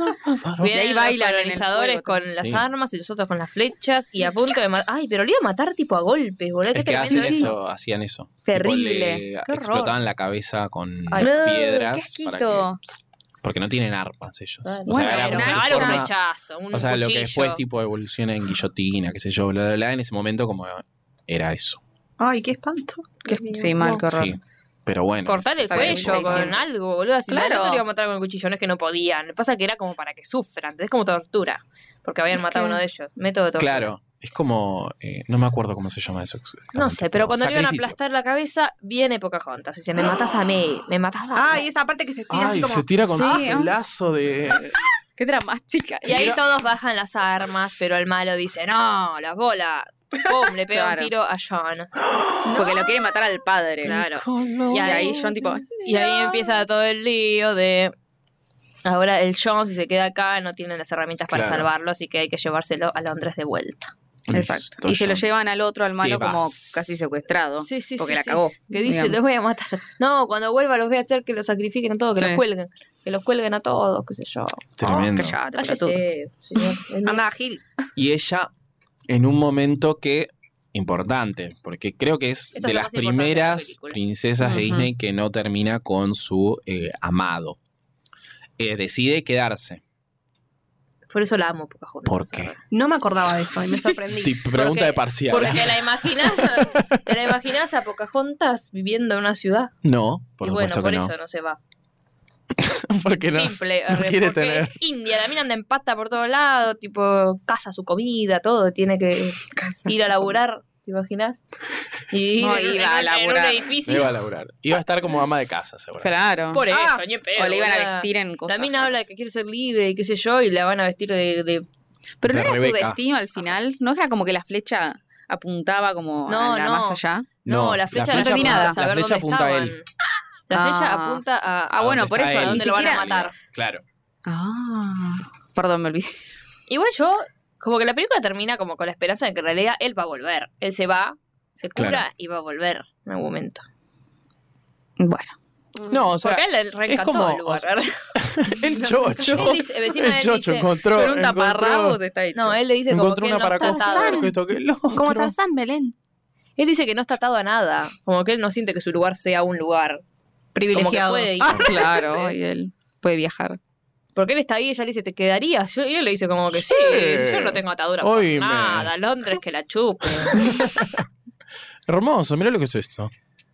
[SPEAKER 2] Y ahí
[SPEAKER 5] los
[SPEAKER 2] bailan en el
[SPEAKER 5] colonizadores
[SPEAKER 2] fuego
[SPEAKER 5] con
[SPEAKER 2] también.
[SPEAKER 5] las
[SPEAKER 1] Sí.
[SPEAKER 5] armas y nosotros con las flechas y a punto de matar. Ay, pero le iba a matar tipo a golpes, boludo. Qué
[SPEAKER 1] Es que hacen
[SPEAKER 5] tremendo
[SPEAKER 2] hace sí.
[SPEAKER 5] eso.
[SPEAKER 1] eso, hacían eso.
[SPEAKER 2] Terrible.
[SPEAKER 1] Tipo, le
[SPEAKER 5] Qué horror.
[SPEAKER 1] explotaban la cabeza con
[SPEAKER 5] Ay,
[SPEAKER 2] Qué
[SPEAKER 1] piedras. para que-
[SPEAKER 2] asquito.
[SPEAKER 1] porque no tienen arpas ellos. O sea,
[SPEAKER 2] Bueno,
[SPEAKER 1] era
[SPEAKER 5] Ah,
[SPEAKER 1] como
[SPEAKER 5] Bueno,
[SPEAKER 1] su
[SPEAKER 2] una
[SPEAKER 5] pero
[SPEAKER 2] arma,
[SPEAKER 5] vale un
[SPEAKER 1] forma-
[SPEAKER 5] rechazo, un
[SPEAKER 1] O sea, lo que
[SPEAKER 5] cuchillo.
[SPEAKER 1] después tipo evoluciona en guillotina, qué sé yo, bla, bla, bla. En ese momento como era eso.
[SPEAKER 3] Ay, qué espanto.
[SPEAKER 2] Qué- Sí, mal, qué horror.
[SPEAKER 1] Sí. Pero bueno.
[SPEAKER 5] Cortar el
[SPEAKER 1] es-
[SPEAKER 2] Sí, sí,
[SPEAKER 5] cuello
[SPEAKER 2] sí,
[SPEAKER 5] con
[SPEAKER 2] sí.
[SPEAKER 5] algo, boludo. Así
[SPEAKER 2] Claro.
[SPEAKER 5] no te lo iba a matar con el cuchillo, no es que no podían. Pasa que era como para que sufran, es como tortura. Porque habían
[SPEAKER 2] Es
[SPEAKER 5] matado a
[SPEAKER 2] que-
[SPEAKER 5] uno de ellos. Método de tortura.
[SPEAKER 1] Claro. Es como. eh, no me acuerdo cómo se llama eso.
[SPEAKER 5] No sé, pero cuando le iban a
[SPEAKER 1] Sacrificio.
[SPEAKER 5] aplastar la cabeza, viene Pocahontas. Y dice, me matas a mí, me matas a
[SPEAKER 3] Ay, esa parte que se tira así
[SPEAKER 1] Ay,
[SPEAKER 3] como.
[SPEAKER 1] se tira con
[SPEAKER 2] Sí,
[SPEAKER 1] un
[SPEAKER 2] ¿no?
[SPEAKER 1] lazo de.
[SPEAKER 2] Qué dramática.
[SPEAKER 5] Y ahí todos bajan las armas, pero el malo dice, no, las bolas. ¡Pum! Le pega
[SPEAKER 2] Claro.
[SPEAKER 5] un tiro a John.
[SPEAKER 2] Porque lo quiere matar al padre.
[SPEAKER 5] Claro.
[SPEAKER 2] Y
[SPEAKER 5] Y
[SPEAKER 2] ahí
[SPEAKER 5] ahí
[SPEAKER 2] John tipo,
[SPEAKER 5] Y ahí empieza todo el lío de... Ahora el John, si se queda acá, no tiene las herramientas para
[SPEAKER 1] Claro.
[SPEAKER 5] salvarlo, así que hay que llevárselo a Londres de vuelta.
[SPEAKER 2] exacto.
[SPEAKER 1] Listo,
[SPEAKER 2] Y se lo
[SPEAKER 1] John.
[SPEAKER 2] llevan al otro, al malo,
[SPEAKER 1] Te
[SPEAKER 2] como
[SPEAKER 1] vas.
[SPEAKER 2] casi secuestrado.
[SPEAKER 5] Sí, sí,
[SPEAKER 2] porque
[SPEAKER 5] sí,
[SPEAKER 2] la
[SPEAKER 5] sí.
[SPEAKER 2] cagó.
[SPEAKER 5] Que dice,
[SPEAKER 2] digamos.
[SPEAKER 5] los voy a matar. No, cuando vuelva los voy a hacer que los sacrifiquen a todos, que
[SPEAKER 2] Sí.
[SPEAKER 5] los cuelguen. Que los cuelguen a todos, Oh, qué sé yo.
[SPEAKER 1] Tremendo.
[SPEAKER 2] Callate, pelotudo.
[SPEAKER 5] Cállese, señor.
[SPEAKER 3] Anda, Gil.
[SPEAKER 1] y ella en un momento que importante, porque creo que es
[SPEAKER 5] Eso es
[SPEAKER 1] de
[SPEAKER 5] lo
[SPEAKER 1] las
[SPEAKER 5] más importante de la
[SPEAKER 1] primeras
[SPEAKER 5] película.
[SPEAKER 1] princesas de
[SPEAKER 2] Ujú.
[SPEAKER 1] Disney que no termina con su eh, amado. Eh, decide quedarse.
[SPEAKER 5] Por eso la amo, Pocahontas.
[SPEAKER 1] ¿Por qué?
[SPEAKER 3] No me acordaba de eso y me sorprendí.
[SPEAKER 1] Tip- pregunta
[SPEAKER 5] Porque-
[SPEAKER 1] de parcial.
[SPEAKER 5] Porque te la imaginas, te la imaginas a Pocahontas viviendo en una ciudad.
[SPEAKER 1] [LAUGHS] No, por
[SPEAKER 5] y bueno,
[SPEAKER 1] supuesto
[SPEAKER 5] por
[SPEAKER 1] que
[SPEAKER 5] eso no se va.
[SPEAKER 1] no. [LAUGHS] Porque no.
[SPEAKER 5] Simple,
[SPEAKER 1] no
[SPEAKER 5] arre,
[SPEAKER 1] quiere
[SPEAKER 5] porque
[SPEAKER 1] tener.
[SPEAKER 5] es india, la mina anda en pata por todos lados, tipo, caza su comida, todo, tiene que ir a laburar, ¿te imaginas? Y ir
[SPEAKER 2] No,
[SPEAKER 5] en-
[SPEAKER 2] iba
[SPEAKER 5] en
[SPEAKER 2] a
[SPEAKER 5] un- en
[SPEAKER 2] laburar.
[SPEAKER 5] un
[SPEAKER 1] No
[SPEAKER 5] edificio.
[SPEAKER 1] iba a laburar. Iba a estar como ama de casa, seguramente.
[SPEAKER 2] Claro.
[SPEAKER 5] Por eso,
[SPEAKER 3] Ah,
[SPEAKER 5] ni en pedo,
[SPEAKER 2] o le iban a
[SPEAKER 5] boluda.
[SPEAKER 2] vestir en cosas.
[SPEAKER 5] La mina habla de
[SPEAKER 2] raras.
[SPEAKER 5] que quiere ser libre y qué sé yo, y la van a vestir de. de-
[SPEAKER 2] Pero no
[SPEAKER 1] de
[SPEAKER 2] era su
[SPEAKER 1] Rebeca.
[SPEAKER 2] destino al final. No era como que la flecha apuntaba como
[SPEAKER 5] No,
[SPEAKER 2] a la
[SPEAKER 5] no.
[SPEAKER 2] más allá.
[SPEAKER 5] no, la flecha
[SPEAKER 2] flecha
[SPEAKER 5] apunta
[SPEAKER 2] nada.
[SPEAKER 5] a saber
[SPEAKER 1] La flecha apunta
[SPEAKER 5] dónde
[SPEAKER 1] a
[SPEAKER 5] estaban.
[SPEAKER 1] él.
[SPEAKER 5] La flecha
[SPEAKER 2] Ah.
[SPEAKER 5] apunta a.
[SPEAKER 2] Ah, bueno,
[SPEAKER 1] dónde
[SPEAKER 2] por
[SPEAKER 1] está
[SPEAKER 2] eso,
[SPEAKER 1] él.
[SPEAKER 5] ¿A
[SPEAKER 2] ni
[SPEAKER 5] dónde lo van a
[SPEAKER 2] siquiera-
[SPEAKER 5] matar?
[SPEAKER 1] Claro.
[SPEAKER 2] Ah. Perdón, me olvidé. [LAUGHS]
[SPEAKER 5] Igual yo, como que la película termina como con la esperanza de que en realidad él va a volver. Él se va, se cura
[SPEAKER 1] Claro.
[SPEAKER 5] y va a volver en algún momento.
[SPEAKER 2] Bueno.
[SPEAKER 3] Mm.
[SPEAKER 1] No, o sea,
[SPEAKER 5] Porque él le reencantó
[SPEAKER 1] como-
[SPEAKER 5] el lugar. [LAUGHS]
[SPEAKER 1] o sea, el chocho.
[SPEAKER 5] Él dice- encima
[SPEAKER 1] El
[SPEAKER 5] él
[SPEAKER 1] chocho
[SPEAKER 5] dice-
[SPEAKER 1] encontró.
[SPEAKER 2] Pero un
[SPEAKER 1] encontró-
[SPEAKER 2] taparrabos está hecho.
[SPEAKER 5] [LAUGHS] no, él le dice como que
[SPEAKER 1] encontró
[SPEAKER 5] él
[SPEAKER 1] una
[SPEAKER 5] no
[SPEAKER 1] para
[SPEAKER 5] está atado.
[SPEAKER 1] acostar, que toque el otro.
[SPEAKER 3] Como Tarzán Belén.
[SPEAKER 5] Él dice que no está atado a nada. Como que él no siente que su lugar sea un lugar. Como que
[SPEAKER 3] Privilegiado.
[SPEAKER 5] puede ir.
[SPEAKER 1] Ah,
[SPEAKER 5] [LAUGHS]
[SPEAKER 2] Claro, y él puede viajar.
[SPEAKER 5] Porque él está ahí, ella le dice, ¿te quedarías? Yo- y él le dice como que sí,
[SPEAKER 1] Sí.
[SPEAKER 5] yo no tengo atadura
[SPEAKER 1] Oíme.
[SPEAKER 5] por nada. Londres que la chupe.
[SPEAKER 1] Hermoso, mirá lo que es esto.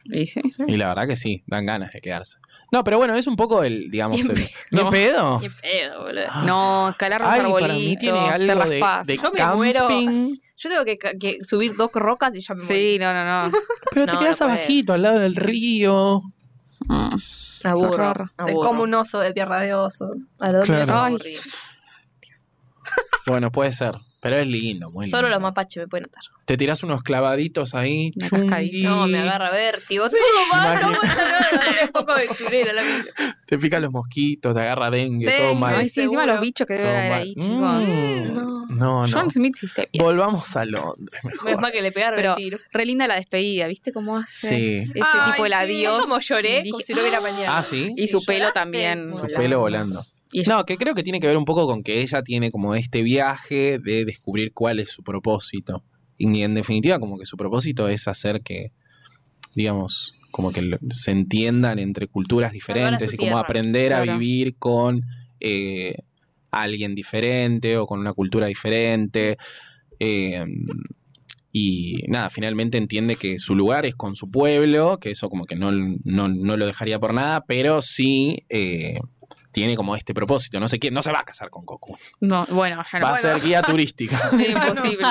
[SPEAKER 2] Y sí, sí.
[SPEAKER 1] Y la verdad que sí, dan ganas de quedarse. No, pero bueno, es un poco el, digamos,
[SPEAKER 5] Ni en
[SPEAKER 1] el. ¿Ni en
[SPEAKER 5] [LAUGHS]
[SPEAKER 1] pedo?
[SPEAKER 5] Qué pedo, boludo. [GASPS]
[SPEAKER 2] No, escalar los
[SPEAKER 1] Ay,
[SPEAKER 2] arbolitos,
[SPEAKER 1] para mí tiene
[SPEAKER 2] te
[SPEAKER 1] algo de,
[SPEAKER 2] raspás.
[SPEAKER 1] de
[SPEAKER 5] Yo me muero.
[SPEAKER 1] camping.
[SPEAKER 5] Yo tengo que, ca- que subir dos rocas y ya me
[SPEAKER 2] Sí, no, no, no.
[SPEAKER 1] Pero te
[SPEAKER 5] No,
[SPEAKER 1] quedas
[SPEAKER 5] no puede.
[SPEAKER 1] abajito, al lado del río.
[SPEAKER 2] Mm.
[SPEAKER 5] Me aburro.
[SPEAKER 2] Horror.
[SPEAKER 5] me
[SPEAKER 3] Es
[SPEAKER 5] aburro.
[SPEAKER 3] como un oso de tierra de osos.
[SPEAKER 5] ¿A dónde
[SPEAKER 1] Claro.
[SPEAKER 5] me
[SPEAKER 2] Ay,
[SPEAKER 5] aburrí?
[SPEAKER 1] Bueno, puede ser. Pero es lindo, muy lindo.
[SPEAKER 5] Solo los mapaches me pueden atar.
[SPEAKER 1] Te tiras unos clavaditos ahí.
[SPEAKER 2] Una
[SPEAKER 1] chungui.
[SPEAKER 2] cascadita.
[SPEAKER 5] No, me agarra vértigo. Todo
[SPEAKER 1] mal,
[SPEAKER 5] [LAUGHS]
[SPEAKER 1] no,
[SPEAKER 5] un poco aventurera la vida.
[SPEAKER 1] [LAUGHS] Te pican los mosquitos, te agarra dengue, todo
[SPEAKER 3] Dengue,
[SPEAKER 1] mal.
[SPEAKER 2] Ay, sí, encima
[SPEAKER 3] seguro.
[SPEAKER 2] los bichos que
[SPEAKER 1] todo
[SPEAKER 2] debe haber
[SPEAKER 1] mal.
[SPEAKER 2] ahí, chicos.
[SPEAKER 1] Mm,
[SPEAKER 5] No.
[SPEAKER 1] No, no.
[SPEAKER 2] John Smith sí está bien.
[SPEAKER 1] Volvamos a Londres,
[SPEAKER 5] Es
[SPEAKER 1] mejor.
[SPEAKER 5] más que le pegaron
[SPEAKER 2] Pero-
[SPEAKER 5] el tiro.
[SPEAKER 2] Re linda la despedida, ¿viste cómo hace?
[SPEAKER 1] Sí.
[SPEAKER 2] Ese
[SPEAKER 3] Ay,
[SPEAKER 2] tipo el
[SPEAKER 3] sí.
[SPEAKER 2] adiós.
[SPEAKER 5] como lloré, como
[SPEAKER 2] Dije,
[SPEAKER 5] si no hubiera
[SPEAKER 2] "Ah".
[SPEAKER 5] mañana.
[SPEAKER 1] Ah, sí.
[SPEAKER 2] Y su
[SPEAKER 5] Sí,
[SPEAKER 2] pelo
[SPEAKER 5] lloraste.
[SPEAKER 2] también.
[SPEAKER 1] Su
[SPEAKER 2] volando.
[SPEAKER 1] pelo volando.
[SPEAKER 2] Y ella-
[SPEAKER 1] No, que creo que tiene que ver un poco con que ella tiene como este viaje de descubrir cuál es su propósito. Y en definitiva, como que su propósito es hacer que, digamos, como que lo- se entiendan entre culturas diferentes
[SPEAKER 5] su
[SPEAKER 1] y como
[SPEAKER 5] tierra,
[SPEAKER 1] aprender a
[SPEAKER 2] claro.
[SPEAKER 1] vivir con eh, alguien diferente o con una cultura diferente. Eh, y nada, finalmente entiende que su lugar es con su pueblo, que eso como que no, no, no lo dejaría por nada, pero sí eh, tiene como este propósito. No sé quién, no se va a casar con Goku.
[SPEAKER 2] No, bueno, ya no.
[SPEAKER 1] Va a
[SPEAKER 2] Bueno,
[SPEAKER 1] ser
[SPEAKER 5] [LAUGHS]
[SPEAKER 1] guía turística.
[SPEAKER 2] sí, imposible.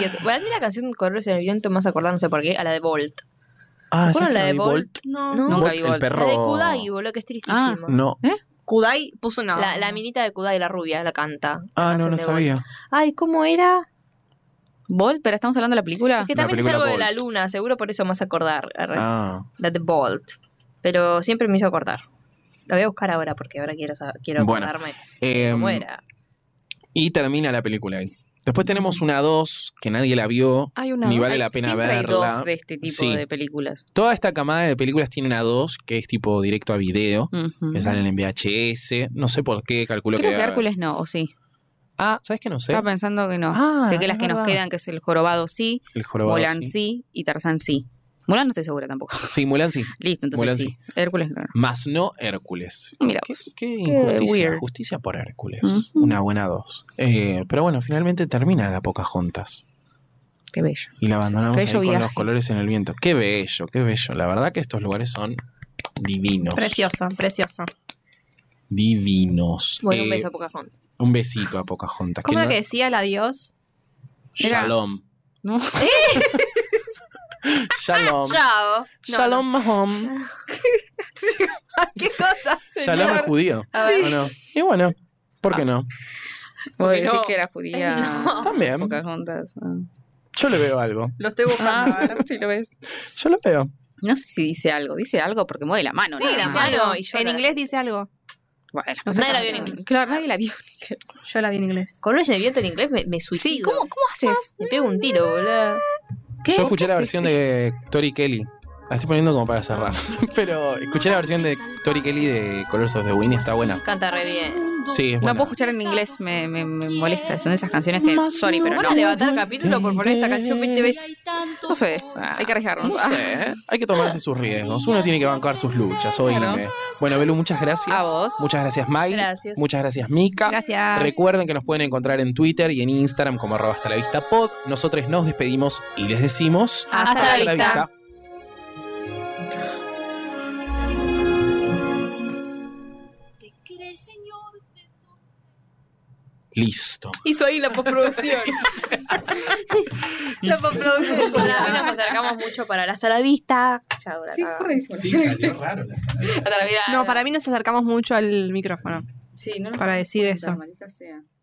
[SPEAKER 5] Y otro- Para mí la canción Correos en el viento más acordada, no sé por qué, a la de Bolt.
[SPEAKER 1] Ah,
[SPEAKER 5] ¿Fueron la de Bolt?
[SPEAKER 3] No.
[SPEAKER 5] No,
[SPEAKER 2] Nunca
[SPEAKER 1] Bolt,
[SPEAKER 2] vi
[SPEAKER 1] el
[SPEAKER 2] Bolt.
[SPEAKER 1] perro.
[SPEAKER 5] La de Kudai, boludo, que es tristísimo.
[SPEAKER 1] Ah, No.
[SPEAKER 3] Kudai puso una.
[SPEAKER 5] La, la minita de Kudai, la rubia, la canta.
[SPEAKER 1] Ah, no,
[SPEAKER 5] La canción
[SPEAKER 1] no
[SPEAKER 5] de
[SPEAKER 1] sabía.
[SPEAKER 5] Bolt. Ay, ¿cómo era?
[SPEAKER 2] Bolt, pero estamos hablando de la película.
[SPEAKER 5] Es que
[SPEAKER 1] Una
[SPEAKER 5] también es
[SPEAKER 1] Ah. película
[SPEAKER 5] algo de la
[SPEAKER 1] Bolt.
[SPEAKER 5] luna, seguro por eso más acordar. arre.
[SPEAKER 1] Ah,
[SPEAKER 5] La de Bolt. Pero siempre me hizo acordar. La voy a buscar ahora porque ahora quiero, sa- quiero
[SPEAKER 1] Bueno.
[SPEAKER 5] acordarme
[SPEAKER 1] em,
[SPEAKER 5] cómo era.
[SPEAKER 1] y termina la película ahí. Después tenemos una 2 que nadie la vio,
[SPEAKER 3] Hay una.
[SPEAKER 1] ni vale
[SPEAKER 2] Ay,
[SPEAKER 1] la pena
[SPEAKER 2] siempre hay
[SPEAKER 1] verla.
[SPEAKER 2] dos de este tipo
[SPEAKER 1] Sí.
[SPEAKER 2] de películas.
[SPEAKER 1] Toda esta camada de películas tiene una 2 que es tipo directo a video,
[SPEAKER 2] Ujú.
[SPEAKER 1] que salen en VHS. No sé por qué, calculo
[SPEAKER 2] Creo
[SPEAKER 1] que.
[SPEAKER 2] que Hércules no, o sí.
[SPEAKER 1] Ah, ¿sabes qué? No sé.
[SPEAKER 2] Estaba pensando que no.
[SPEAKER 1] Ah,
[SPEAKER 2] sé que
[SPEAKER 1] es
[SPEAKER 2] las que nos
[SPEAKER 1] verdad.
[SPEAKER 2] quedan, que es el jorobado sí,
[SPEAKER 1] El jorobado.
[SPEAKER 2] Mulan sí.
[SPEAKER 1] sí.
[SPEAKER 2] y Tarzán sí. Mulan no estoy segura tampoco. [LAUGHS]
[SPEAKER 1] Sí, Mulan sí.
[SPEAKER 2] Listo, entonces
[SPEAKER 1] Mulan
[SPEAKER 2] sí. Hércules no.
[SPEAKER 1] Más no Hércules.
[SPEAKER 2] Mira
[SPEAKER 1] Qué, qué injusticia.
[SPEAKER 2] weird.
[SPEAKER 1] Justicia por Hércules.
[SPEAKER 2] Ujú.
[SPEAKER 1] Una buena dos. Eh, pero bueno, finalmente termina la Pocahontas.
[SPEAKER 2] qué bello.
[SPEAKER 1] Y la abandonamos
[SPEAKER 2] Qué
[SPEAKER 1] ahí
[SPEAKER 2] bello
[SPEAKER 1] con
[SPEAKER 2] viaje.
[SPEAKER 1] los colores en el viento. Qué bello, qué bello. La verdad que estos lugares son divinos.
[SPEAKER 3] Preciosa, preciosa.
[SPEAKER 1] Divinos.
[SPEAKER 5] Bueno,
[SPEAKER 1] Eh,
[SPEAKER 5] un beso a Pocahontas.
[SPEAKER 1] un Eh, besito a Pocahontas.
[SPEAKER 3] ¿Cómo era
[SPEAKER 1] no-
[SPEAKER 3] que decía el adiós?
[SPEAKER 2] Era-
[SPEAKER 1] Shalom.
[SPEAKER 2] ¿no?
[SPEAKER 1] Shalom.
[SPEAKER 5] Chao.
[SPEAKER 1] Shalom Mahom.
[SPEAKER 3] ¿Qué cosa?
[SPEAKER 1] Shalom es judío. ¿o no? Y bueno, ¿por qué no?
[SPEAKER 2] Vos
[SPEAKER 5] Porque
[SPEAKER 2] decís
[SPEAKER 5] no.
[SPEAKER 2] que era judía.
[SPEAKER 5] No.
[SPEAKER 1] También.
[SPEAKER 2] Pocahontas. ah.
[SPEAKER 1] Yo le veo algo.
[SPEAKER 3] Lo estoy buscando. ahora.
[SPEAKER 2] sí lo ves.
[SPEAKER 1] Yo lo veo.
[SPEAKER 2] No sé si dice algo. Dice algo porque mueve la mano.
[SPEAKER 3] sí,
[SPEAKER 2] nada
[SPEAKER 3] dice
[SPEAKER 2] más.
[SPEAKER 5] mano.
[SPEAKER 3] algo.
[SPEAKER 5] y yo
[SPEAKER 3] en
[SPEAKER 5] la-
[SPEAKER 3] inglés dice algo.
[SPEAKER 2] Bueno.
[SPEAKER 3] No
[SPEAKER 5] Nadie la vio en inglés.
[SPEAKER 2] Claro, nadie la vio.
[SPEAKER 3] Yo la vi en inglés.
[SPEAKER 5] Con un viento en inglés me, me suicido.
[SPEAKER 2] Sí, ¿cómo, cómo haces?
[SPEAKER 5] Me pego un tiro, boludo. ¿Qué?
[SPEAKER 1] Yo escuché la
[SPEAKER 2] Sí,
[SPEAKER 1] versión
[SPEAKER 2] sí,
[SPEAKER 1] de Tori Kelly. La estoy poniendo como para cerrar. [LAUGHS] Pero escuché la versión de Tori Kelly de Colors of the Wind y está buena.
[SPEAKER 5] Canta re bien.
[SPEAKER 1] Sí, es
[SPEAKER 2] No
[SPEAKER 1] buena.
[SPEAKER 2] puedo escuchar en inglés, me, me, me molesta. Son de esas canciones que. Sorry, pero
[SPEAKER 5] Van
[SPEAKER 2] no.
[SPEAKER 5] a levantar capítulo por poner esta canción 20 veces.
[SPEAKER 2] No sé, hay que arriesgarnos.
[SPEAKER 1] No sé, ¿eh? hay que tomarse sus riesgos. Uno tiene que bancar sus luchas, oíme. Bueno, Belu, muchas gracias.
[SPEAKER 2] A vos.
[SPEAKER 1] Muchas gracias, Mike.
[SPEAKER 5] Gracias.
[SPEAKER 1] Muchas gracias, Mika.
[SPEAKER 3] Gracias.
[SPEAKER 1] Recuerden que nos pueden encontrar en Twitter y en Instagram como arroba hasta la vista pod. Nosotros nos despedimos y les decimos
[SPEAKER 3] Ah, Hasta la vista.
[SPEAKER 4] Te cree, Señor, de todo.
[SPEAKER 1] Listo.
[SPEAKER 5] Hizo ahí la [LAUGHS] postproducción.
[SPEAKER 3] Lo postproduce.
[SPEAKER 5] Para
[SPEAKER 3] [LAUGHS]
[SPEAKER 5] mí nos acercamos mucho para la sala vista. Chao, la
[SPEAKER 2] Sí,
[SPEAKER 5] cagada.
[SPEAKER 2] fue rarísimo.
[SPEAKER 1] raro.
[SPEAKER 5] Hasta la vida.
[SPEAKER 3] No, para mí nos acercamos mucho al micrófono.
[SPEAKER 2] Sí, no nos
[SPEAKER 3] Para
[SPEAKER 2] damos
[SPEAKER 3] decir
[SPEAKER 2] cuenta,
[SPEAKER 3] eso.
[SPEAKER 2] maldita sea.